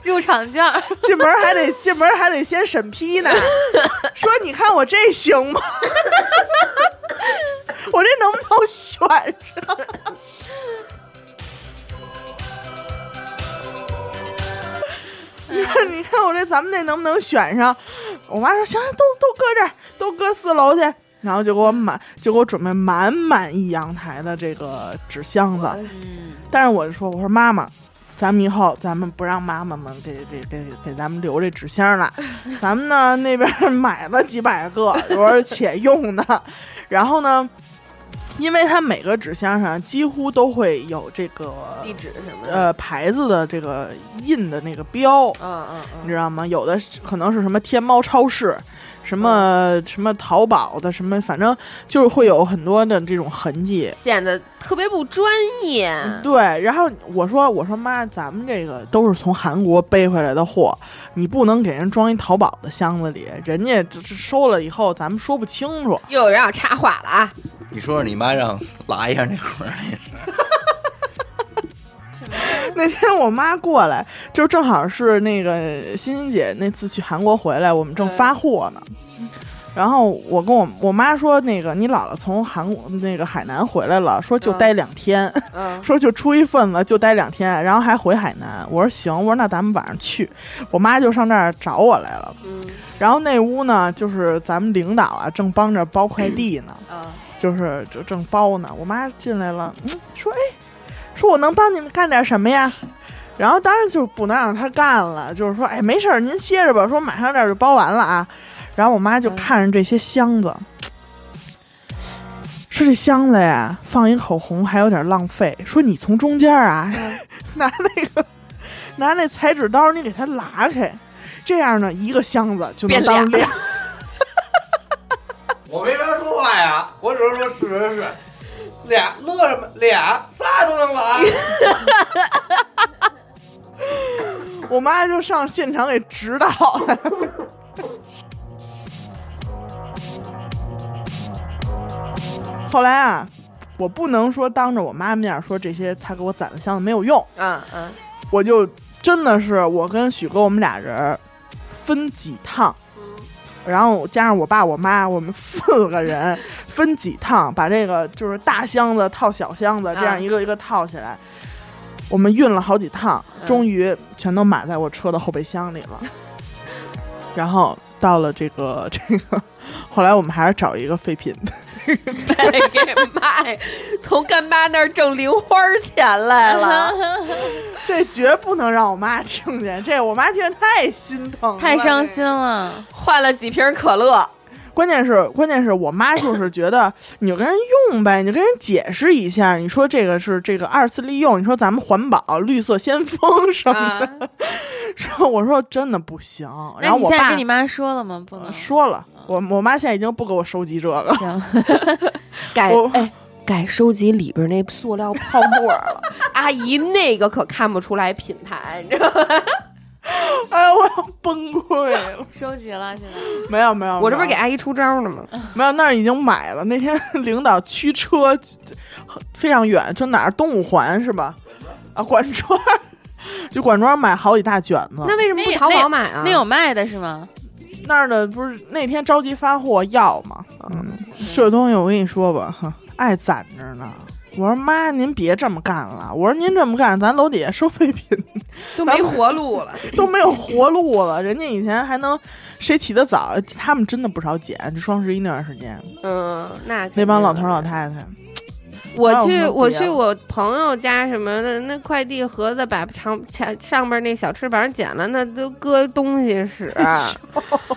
C: 入场券儿。
B: 进门还得进门还得先审批呢，说你看我这行吗？ 我这能不能选上？你看， 你看我这咱们这能不能选上？我妈说行，都都搁这儿，都搁四楼去。然后就给我满，就给我准备满满一阳台的这个纸箱子。
C: 嗯，
B: 但是我就说，我说妈妈，咱们以后咱们不让妈妈们给给给给咱们留这纸箱了，咱们呢那边儿买了几百个，我说且用呢，然后呢。因为它每个纸箱上几乎都会有这个
A: 地址什么的，
B: 呃牌子的这个印的那个标，
A: 嗯嗯嗯，
B: 你知道吗？有的是可能是什么天猫超市，什么什么淘宝的，什么反正就是会有很多的这种痕迹。
A: 显得特别不专业。
B: 对，然后我说我说妈，咱们这个都是从韩国背回来的货，你不能给人装一淘宝的箱子里，人家这这收了以后咱们说不清楚。
A: 又有人要插话了啊！
D: 你说说你妈让拉一下那会儿那是
B: 那天我妈过来，就正好是那个欣欣姐那次去韩国回来，我们正发货呢。然后我跟我我妈说，那个你姥姥从韩国那个海南回来了，说就
A: 嗯
B: 待两天，
A: 嗯，
B: 说就出一份子就待两天，然后还回海南。我说行，我说那咱们晚上去。我妈就上这儿找我来了。
A: 嗯
B: 然后那屋呢，就是咱们领导啊，正帮着包快递呢，
A: 啊，
B: 就是就正包呢。我妈进来了，嗯，说哎，说我能帮你们干点什么呀？然后当然就不能让她干了，就是说哎，没事儿，您歇着吧，说马上这儿就包完了啊。然后我妈就看着这些箱子，说这箱子呀，放一口红还有点浪费。说你从中间啊， 拿那个拿那裁纸刀，你给它拉开，这样呢，一个箱子就能
A: 变
B: 当
A: 俩
B: 俩。
D: 我没跟他说话呀，我只是说是是是，俩乐什么俩仨都能来。
B: 我妈就上现场给指导了。 后来啊，我不能说当着我妈面说这些她给我攒的箱子没有用，
A: 嗯嗯
B: 我就真的是我跟许哥我们俩人儿分几趟，然后加上我爸我妈，我们四个人分几趟把这个就是大箱子套小箱子，这
A: 啊
B: 样一个一个套起来。我们运了好几趟，
A: 嗯
B: 终于全都码在我车的后备箱里了。然后到了这个这个，后来我们还是找一个废品
A: 被嗯哎给卖，从干妈那儿挣零花钱来了。
B: 这绝不能让我妈听见，这我妈听见太心疼了，
C: 太伤心了。
A: 换了几瓶可乐，
B: 关键是，关键是我妈就是觉得你就跟人用呗，你就跟人解释一下，你说这个是这个二次利用，你说咱们环保、绿色先锋什么
A: 啊、
B: 的，我说真的不行。然
C: 那
B: 后
C: 你
B: 我
C: 现在
B: 爸嗯
C: 跟你妈嗯说了吗？不能。
B: 说了，我我妈现在已经不给我收集这个，
A: 改
B: 我
A: 哎改收集里边那塑料泡沫了。 阿姨那个可看不出来品牌，你知道吗？
B: 哎呀，我要崩溃了。
C: 收集了，现在
B: 没有没有，
A: 我这不是
B: 没
A: 给
B: 有
A: 阿姨出招呢吗？
C: 嗯
B: 没有，那儿已经买了。那天 领导驱车非常远，就哪儿东五环是吧？啊，管庄儿， 就管庄儿买好几大卷子。
A: 那为什么不
C: 那
A: 淘
C: 那
A: 宝买啊？
C: 那有卖的是吗？
B: 那儿的不是那天着急发货要嘛？嗯，这东西我跟你说吧，哈，爱攒着呢。我说妈，您别这么干了。我说您这么干，咱楼底下收 废品
A: 都没活路了。
B: 都没有活路了。人家以前还能谁起得早，他们真的不少捡。就双十一那段时间，
A: 嗯，那肯定
B: 那帮老头
A: 的
B: 老太太，
A: 我
B: 那我
A: 去，
B: 们
A: 我
B: 不要
A: 去我朋友家什么的，那快递盒子把长前上边那小翅膀剪了，那都搁东西使。啊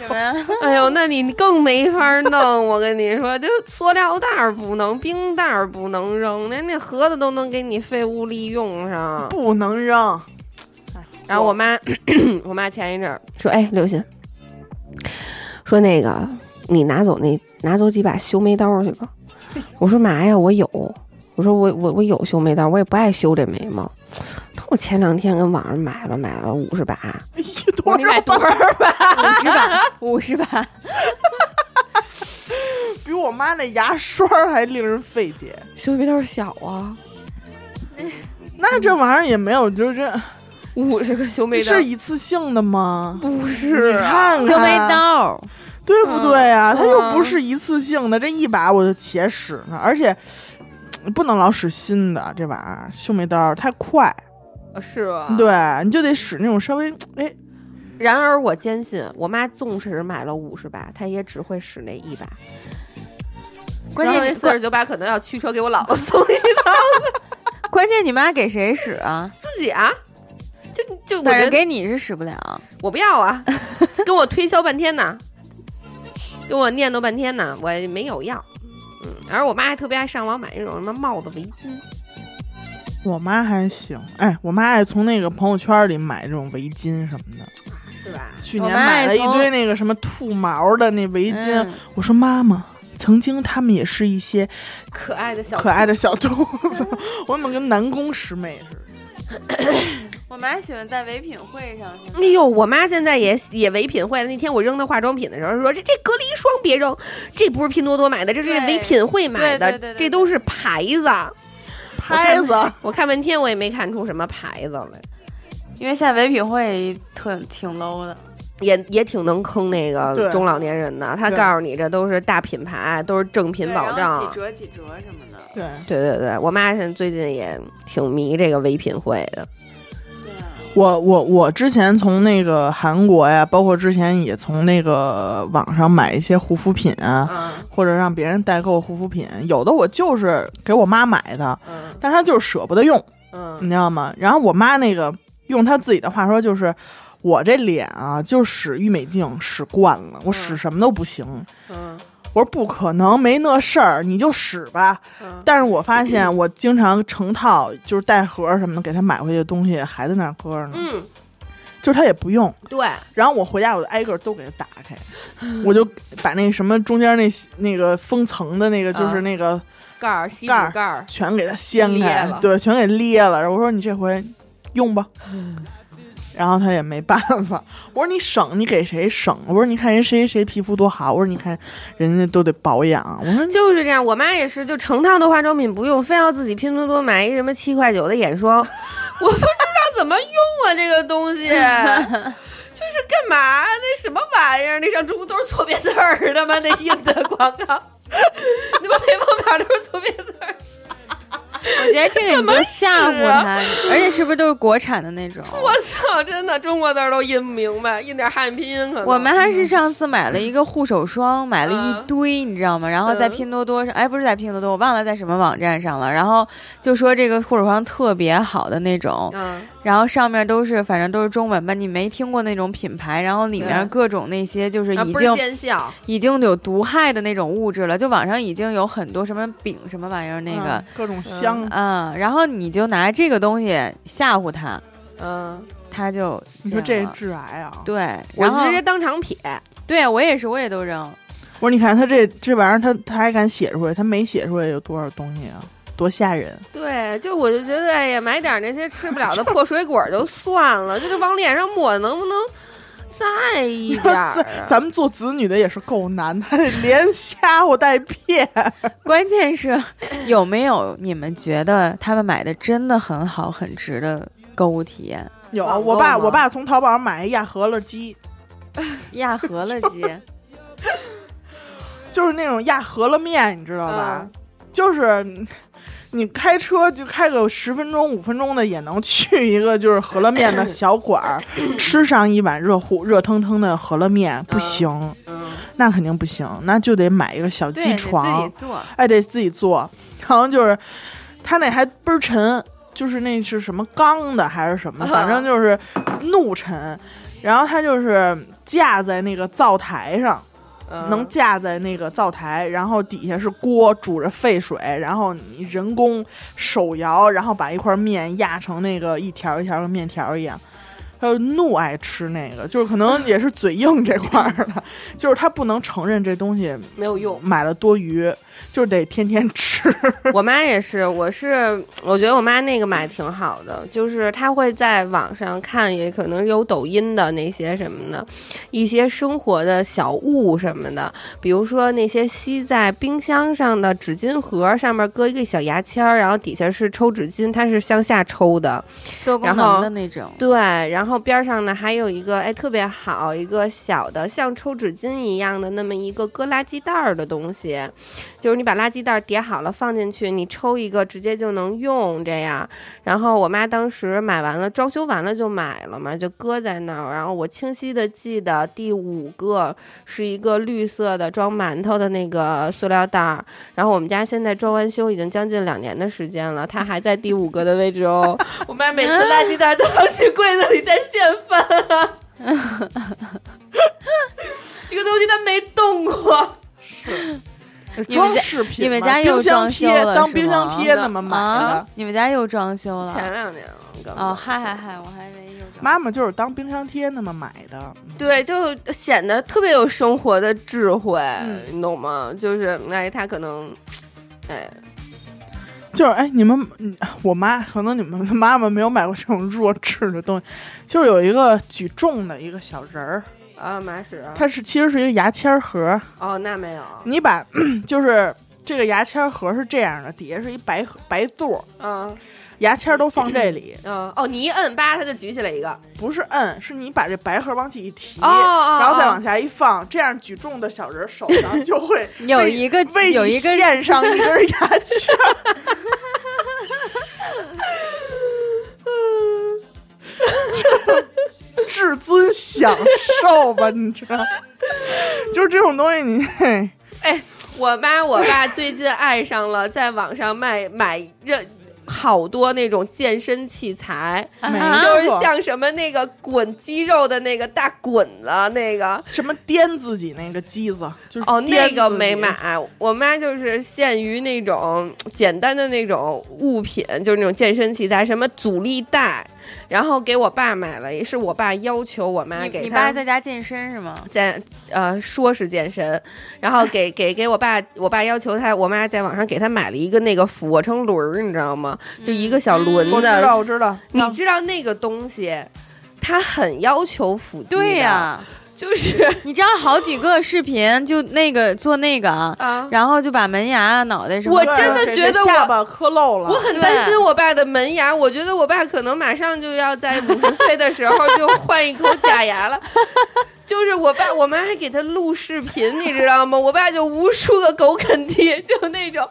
C: 什么呀？
A: 哎呦，那你更没法弄。我跟你说，就塑料袋儿不能，冰袋儿不能扔，那那盒子都能给你废物利用上。
B: 不能扔。
A: 然后我 妈，我妈前一阵儿说：“哎，刘鑫，说那个你拿走那拿走几把修眉刀 去吧。”我说：“嘛呀，我有。”我说我我我有修眉刀，我也不爱修这眉毛。他说我前两天跟网上买了买了五十把，
B: 哎呀，多
A: 你买
B: 少
A: 多
B: 把
A: 少把？
C: 五十把，五十把，
B: 比我妈那牙刷儿还令人费解。
A: 修眉刀小啊，
B: 那这玩意儿也没有，就是
A: 五十个修眉刀
B: 是一次性的吗？
A: 不
B: 你
A: 是啊？
B: 看看，
C: 修眉刀，
B: 对不对啊？
A: 嗯
B: 它又不是一次性的，这一把我就且使呢，而且嘖不能老使新的这玩意儿，修眉刀太快，
A: 是吧？
B: 对，你就得使那种稍微嘖哎，
A: 然而我坚信，我妈纵使买了五十把，她也只会使那一把。
C: 关
A: 然后
C: 键
A: 那
C: 你
A: 四十九把可能要驱车给我姥姥送一
C: 关键你妈给谁使啊？
A: 自己啊，就就我
C: 反
A: 觉得
C: 正给你是使不了。
A: 我不要啊，跟我推销半天呢，跟我念叨半天呢，我也没有要。嗯，而我妈还特别爱上网买那种什么帽子、围巾，
B: 我妈还行，哎，我妈爱从那个朋友圈里买这种围巾什么的。
A: 是吧？
B: 去
C: 我
B: 年
C: 妈
B: 买
C: 也
B: 了一
C: 从
B: 堆那个什么兔毛的那围巾，
C: 嗯
B: 我说妈妈，曾经他们也是一些
A: 可爱的小
B: 可爱的小兔子，我怎么跟南宫师妹似的？
C: 我妈喜欢在唯品会上。
A: 哎呦，我妈现在也也唯品会了。那天我扔她化妆品的时候说：“这这隔离霜别扔，这不是拼多多买的，这是
C: 对
A: 唯品会买的
C: 对对对，对
A: 这都是牌子。
B: 拍子，
A: 我看半天我也没看出什么牌子来，
C: 因为现在唯品会特挺 low 的，
A: 也也挺能坑那个
B: 对
A: 中老年人的。他
B: 对
A: 告诉你这都是大品牌，都是正品保障。
C: 几折几折什么的。
B: 对。
A: 对对对，我妈现在最近也挺迷这个唯品会的。
B: 我我我之前从那个韩国呀，包括之前也从那个网上买一些护肤品啊，
A: 嗯
B: 或者让别人代购护肤品，有的我就是给我妈买的，
A: 嗯
B: 但她就是舍不得用，你
A: 嗯，
B: 知道吗？然后我妈那个用她自己的话说就是。我这脸啊，就使郁美净使惯了，我使什么都不行。
A: 嗯
B: 我说不可能，没那事儿，你就使吧。
A: 嗯
B: 但是我发现我经常成套就是带盒什么的给她买回去的东西还在那儿搁着呢，
A: 嗯，
B: 就是她也不用。
A: 对，
B: 然后我回家我就挨个都给它打开，
C: 嗯
B: 我就把那什么中间那那个封层的那个就
A: 啊
C: 嗯
B: 是那个
A: 盖儿吸
B: 盖儿
A: 盖儿，
B: 全给它掀
A: 裂
B: 开
A: 了，
B: 对，全给裂了。然后我说你这回用吧，
C: 嗯
B: 然后他也没办法。我说你省，你给谁省？我说你看人谁谁皮肤多好，我说你看人家都得保养。我说你
A: 就是这样，我妈也是，就成套的化妆品不用，非要自己拼多多买一什么七块九的眼霜，我不知道怎么用啊，这个东 西。就是干嘛？啊那什么玩意儿？那上中国都是错别字儿 的吗？那印的广告，那不那封面都是错别字儿。
C: 我觉得这个你就吓唬他，而且是不是都是国产的那种？
A: 我操，真的中国字儿都印不明白，印点汉语拼音可能。
C: 我们还是上次买了一个护手霜，买了
A: 嗯
C: 一堆，你知道吗？然后在拼多多上，哎，不是在拼多多，我忘了在什么网站上了。然后就说这个护手霜特别好的那种，
A: 嗯，
C: 然后上面都是反正都是中文吧，你没听过那种品牌，然后里
A: 对
C: 面各种那些就是
A: 啊
C: 已
A: 不是
C: 经
A: 见效
C: 已经有毒害的那种物质了，就网上已经有很多什么饼什么玩意儿那个
B: 嗯，各种香，
C: 嗯，然后你就拿这个东西吓唬他，
A: 嗯，
C: 他就
B: 你说这
C: 样了
B: 致癌啊？
C: 嗯对，
A: 我
C: 然后
A: 直接当场撇，
C: 对我也是，我也都扔。
B: 我说你看他这这玩意儿，他他还敢写出来，他没写出来有多少东西啊？多吓人！
A: 对，就我就觉得，哎呀，买点那些吃不了的破水果就算了，就是往脸上抹，能不能再一点儿啊？
B: 咱们做子女的 也是够难，他得连吓唬 带骗。
C: 关键是有没有你们觉得他们买的真的很好、很值的购物体验？
B: 有
A: 网
B: 我
A: 购
B: 爸，
A: 吗
B: 我爸从淘宝上买一压饸饹机，
C: 压合了鸡，
B: 就是那种压饸饹面，你知道吧？
A: 嗯
B: 就是你你开车就开个十分钟、五分钟的，也能去一个就是饸 饹面的小馆儿，吃上一碗热乎热腾腾的饸饹面，不
A: 嗯
B: 行，
A: 嗯，
B: 那肯定不行，那就得买一个小
C: 对，
B: 鸡
C: 你
B: 床，
C: 自己做，
B: 哎，得自己做。然后就是他那还倍儿沉，就是那是什么钢的还是什么，
A: 啊
B: 反正就是怒沉。然后它就是架在那个灶台上，
A: 嗯
B: 能架在那个灶台，然后底下是锅煮着沸水，然后你人工手摇，然后把一块面压成那个一条一条的面条一样。他就怒爱吃那个，就是可能也是嘴硬这块儿的，就是他不能承认这东西
A: 没有用。
B: 买了多余，就是得天天 吃。
A: 我妈也是，我是我觉得我妈那个买挺好的，就是她会在网上看，也可能有抖音的那些什么的，一些生活的小物什么的，比如说那些吸在冰箱上的纸巾盒，上面搁一个小牙签儿，然后底下是抽纸巾，它是向下抽的，
C: 多功
A: 然后
C: 能的那种。
A: 对，然后边儿上呢还有一个哎特别好一个小的像抽纸巾一样的那么一个搁垃圾袋儿的东西，就是你把垃圾袋儿叠好了放进去，你抽一个直接就能用这样。然后我妈当时买完了装修完了就买了嘛，就搁在那儿。然后我清晰的记得第五个是一个绿色的装馒头的那个塑料袋儿，然后我们家现在装完修已经将近两年的时间了，它还在第五个的位置哦。我妈每次垃圾袋都要去柜子里再现翻、 这个东西它没动过。
C: 家
B: 装饰品嘛，
C: 你们家又
B: 冰箱
C: 装修
B: 贴
C: 了
B: 当
C: 是
B: 冰箱
C: 吗
B: 贴那么买的
C: 啊。？你们家又装修
A: 前
C: 了？
A: 两年了，刚
C: 哦，
A: 刚
C: 嗨嗨嗨，我还以为又装。
B: 妈妈就是当冰箱贴那么买的，
A: 对，就显得特别有生活的智慧，
B: 嗯
A: 你懂吗？就是哎，他可能，哎，
B: 就是哎，你们，嗯我妈可能你们的妈妈没有买过这种弱智的东西，就是有一个举重的一个小人儿，
A: 啊，马屎，
B: 它是其实是一个牙签盒，
A: 哦，那没有，
B: 你把 就是这个牙签盒是这样的，底下是一白盒白座，
A: 嗯
B: 牙签都放这里，
A: 嗯，哦，你一摁吧，它就举起来一个，
B: 不是摁，是你把这白盒往起一提，
A: 哦哦，
B: 然后再
A: 哦
B: 往下一放，这样举重的小人手上就 会
C: 有一个
B: 为
C: 有
B: 你
C: 一个
B: 献上一根牙签儿。 至尊享受吧，你知道，就是这种东西你，
A: 我妈我爸最近爱上了在网上卖买认好多那种健身器材，
B: 没
C: 啊
A: 就是
B: 错
A: 像什么那个滚肌肉的那个大滚子那个。
B: 什么颠自己那个机子，就是
A: 哦，
B: 颠
A: 那
B: 自己
A: 个没买，我妈就是限于那种简单的那种物品，就是那种健身器材，什么阻力带，然后给我爸买了，也是我爸要求我妈
C: 你
A: 给
C: 你
A: 他。
C: 爸在家健身是吗？
A: 在呃说是健身，然后 给给给我爸，我爸要求他，我妈在网上给他买了一个那个俯卧撑轮儿，你知道吗？就一个小
C: 嗯
A: 轮
B: 我知
A: 的，
B: 道，我知道，
A: 你知道那个东西，它很要求腹肌，
C: 对呀、，
A: 就是
C: 你知道好几个视频就那个做那个啊，
A: 啊，
C: 然后就把门牙、脑袋什么
A: 我
C: 的
A: 真的
B: 对
A: 觉得
B: 谁
A: 我
B: 下巴磕漏了，
A: 我很担心我爸的门牙，我觉得我爸可能马上就要 在五十岁的时候就换一口假牙了。 就是我爸我妈还 给他录视频，你知道吗？我爸就无数个狗啃踢，就那种。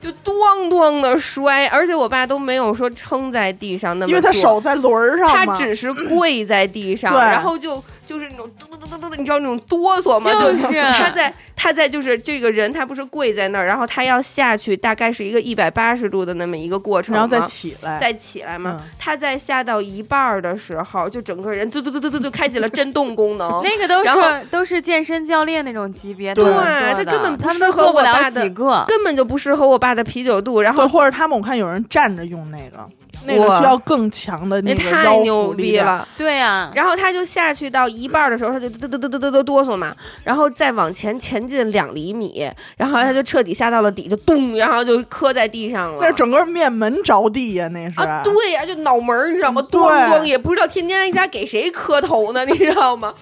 A: 就咣咣的摔，而且我爸都没有说撑在地上那么
B: 因为他
A: 做
B: 手在轮儿上嘛
A: 他只是跪在地上，
B: 对
A: 然后就就是那种嘟嘟嘟嘟嘟的，你知道那种哆嗦吗？
C: 就是
A: 他在他在就是这个人，他不是跪在那儿，然后他要下去，大概是一个一百八十度的那么一个过程吗，
B: 然后再起来，
A: 再起来吗？
B: 嗯
A: 他在下到一半儿的时候，就整个人嘟嘟嘟嘟嘟就开启了震动功能。
C: 那个都
A: 然后
C: 是都是健身教练那种级别，
B: 对
C: 他们做
A: 对
C: 的
A: 他根本不
C: 他们都
A: 适合
C: 做不
A: 我
C: 了
A: 爸的
C: 几个。
A: 根本就不适合我爸的啤酒肚，然
B: 对，
A: 后
B: 或者他们我看有人站着用那个，那个
A: 哇
B: 需要更强的
A: 那
B: 个
A: 太
B: 腰
A: 牛
B: 腹力
A: 逼
B: 量。
A: 了。
C: 对呀，
A: 然后他就下去到一半儿的时候，他就哆哆哆哆哆哆哆嗦嘛，然后再往前前进两厘米，然后他就彻底下到了底，就咚，然后就磕在地上了。
B: 那整个面门着地呀、那是。
A: 啊，对呀、就脑门儿，你知道吗？
B: 对
A: 咣咣，也不知道天天在家给谁磕头呢，你 知道吗？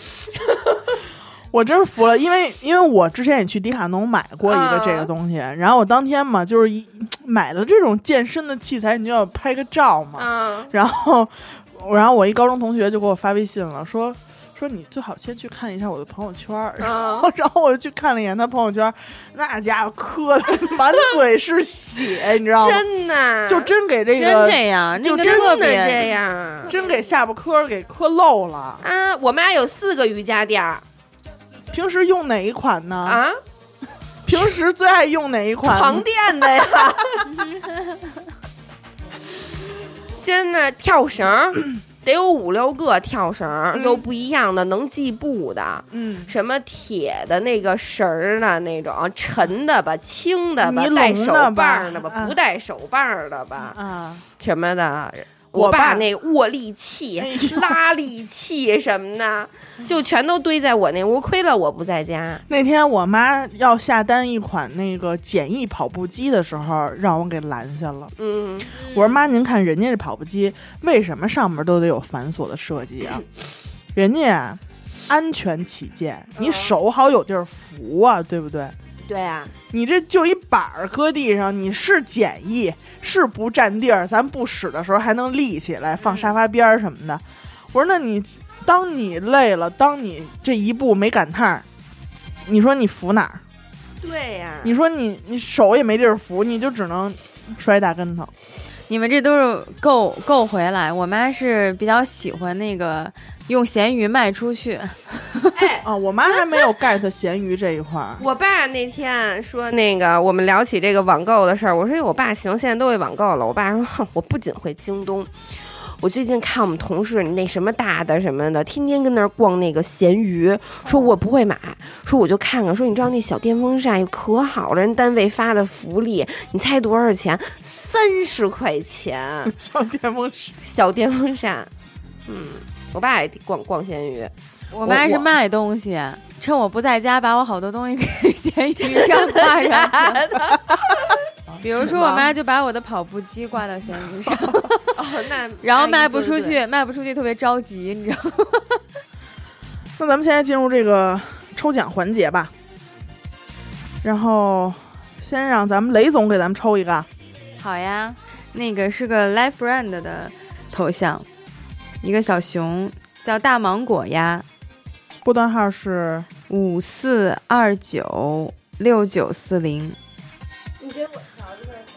B: 我真服了，因为因为我之前也去迪卡侬买过一个
A: 嗯
B: 这个东西，然后我当天嘛就是一买了这种健身的器材，你就要拍个照嘛，
A: 啊，
B: 然后然后我一高中同学就给我发微信了，说说你最好先去看一下我的朋友 圈儿，然
A: 啊
B: 后然后我就去看了一眼他朋友圈儿，那家伙磕的满嘴是血，你知道吗？
A: 真的，
B: 就真给这
C: 真
B: 个
C: 这样，那
A: 就
C: 个
A: 真的
C: 特别
A: 这样
B: 真给下巴颏儿给磕漏了。
A: 啊！我妈有四个瑜伽垫儿
B: 平时用哪一款呢？
A: 啊，
B: 平时最爱用哪一款？
A: 床垫 的呀，真的跳绳 儿得有五六个跳绳儿，就不一样的，能系布的。
B: 嗯，
A: 什么铁的那个绳儿的那种，沉的吧，轻的吧
B: 尼，龙
A: 带手
B: 的吧
A: 把儿的吧，
B: 嗯
A: 不带手把儿的吧，
B: 啊，
A: 什么的。
B: 我
A: 我爸
B: 爸
A: 那握力器
B: 哎、呦嗯
A: 拉力器什么的，就全都堆在我那屋，亏了我不在家。
B: 那天我妈要下单一款那个简易跑步机的时候，让我给拦下了。
A: 嗯，
B: 我说妈，您看人家这跑步机，为什么上面都得有繁琐的设计啊？人家啊，安全起见，
A: 嗯
B: 你手好有地儿扶啊，对不对？
A: 对啊，
B: 你这就一板儿搁地上，你是简易，是不占地儿，咱不使的时候还能立起来放沙发边儿什么的。我说，那你当你累了，当你这一步没赶趟儿，你说你扶哪儿？
A: 对呀、
B: 你说你你手也没地儿扶，你就只能摔大跟头。
C: 你们这都是购购回来，我妈是比较喜欢那个用咸鱼卖出去。
A: 哎，
B: 啊，我妈还没有 get 咸鱼这一 块儿。
A: 我爸那天说那个，我们聊起这个网购的事儿，我说哎我爸行，现在都会网购了。我爸说，哼，我不仅会京东，我最近看我们同事那什么大的什么的，天天跟那儿逛那个闲鱼，说我不会买，说我就看看，说你知道那小电风扇可好了，人单位发的福利，你猜多少钱？三十块 钱
B: 小电风扇，
A: 小电风扇，嗯。我爸也逛逛闲鱼，
C: 我妈是卖东西，趁我不在家，把我好多东西 给咸鱼 上挂上去。比如说，我妈就把我的跑步机挂到咸鱼上，
A: 哦， 那
C: 然后卖不出，去，卖不出去特别着急，你知道吗？
B: 那咱们现在进入这个抽奖环节吧。然后先让咱们雷总给咱们抽一个啊。
C: 好呀，那个是个 Life Friend 的头像，一个小熊叫大芒果呀，
B: 拨段号是
C: 五四二九六九四零。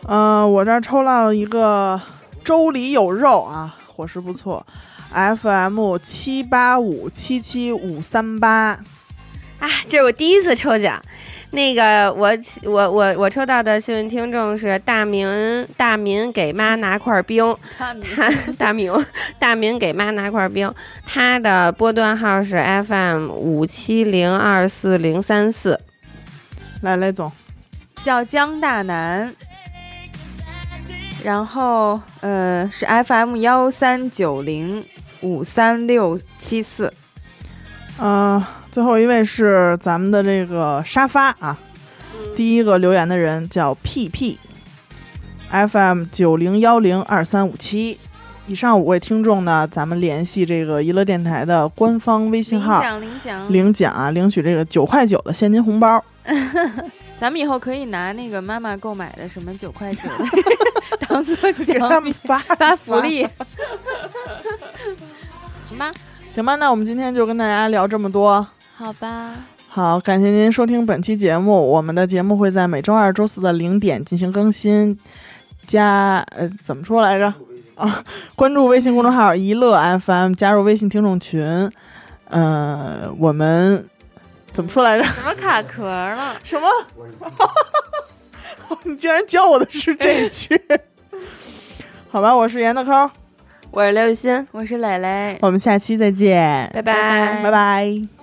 B: 呃，我这儿抽到一个粥里有肉啊，伙食不错，FM 七八五七七五三八。
A: 啊，这是我第一次抽奖。那个我我我我抽到的幸运听众是大明，大明给妈拿块冰，他大明大明给妈拿块冰，他的波段号是 FM 五七零二四零三四。
B: 来，雷总，
C: 叫江大南，然后呃是 FM 幺三九零五三六七四，
B: 呃，最后一位是咱们的这个沙发啊，第一个留言的人叫 PP。FM 九零幺零二三五七，以上五位听众呢，咱们联系这个娱乐电台的官方微信号
C: 奖领奖
B: 领奖啊，领取这个九块九的现金红包。
C: 咱们以后可以拿那个妈妈购买的什么九块九的当做
B: 给他
C: 奖
B: 们
C: 品
B: 发
C: 发福利，行吧？
B: 行吧，那我们今天就跟大家聊这么多。
C: 好吧，
B: 好，感谢您收听本期节目。我们的节目会在每周二、周四的零点进行更新。加呃，怎么说来着？啊， 关注微信公众号“一乐 FM”，加入微信听众群。呃，我们怎么说来着？
C: 怎么卡壳了？
B: 什么？你竟然教我的是这一句？ 好吧，我是严的抠，
A: 我是刘雨欣，
C: 我是蕾蕾，
B: 我们下期再见，
A: 拜拜
B: 拜拜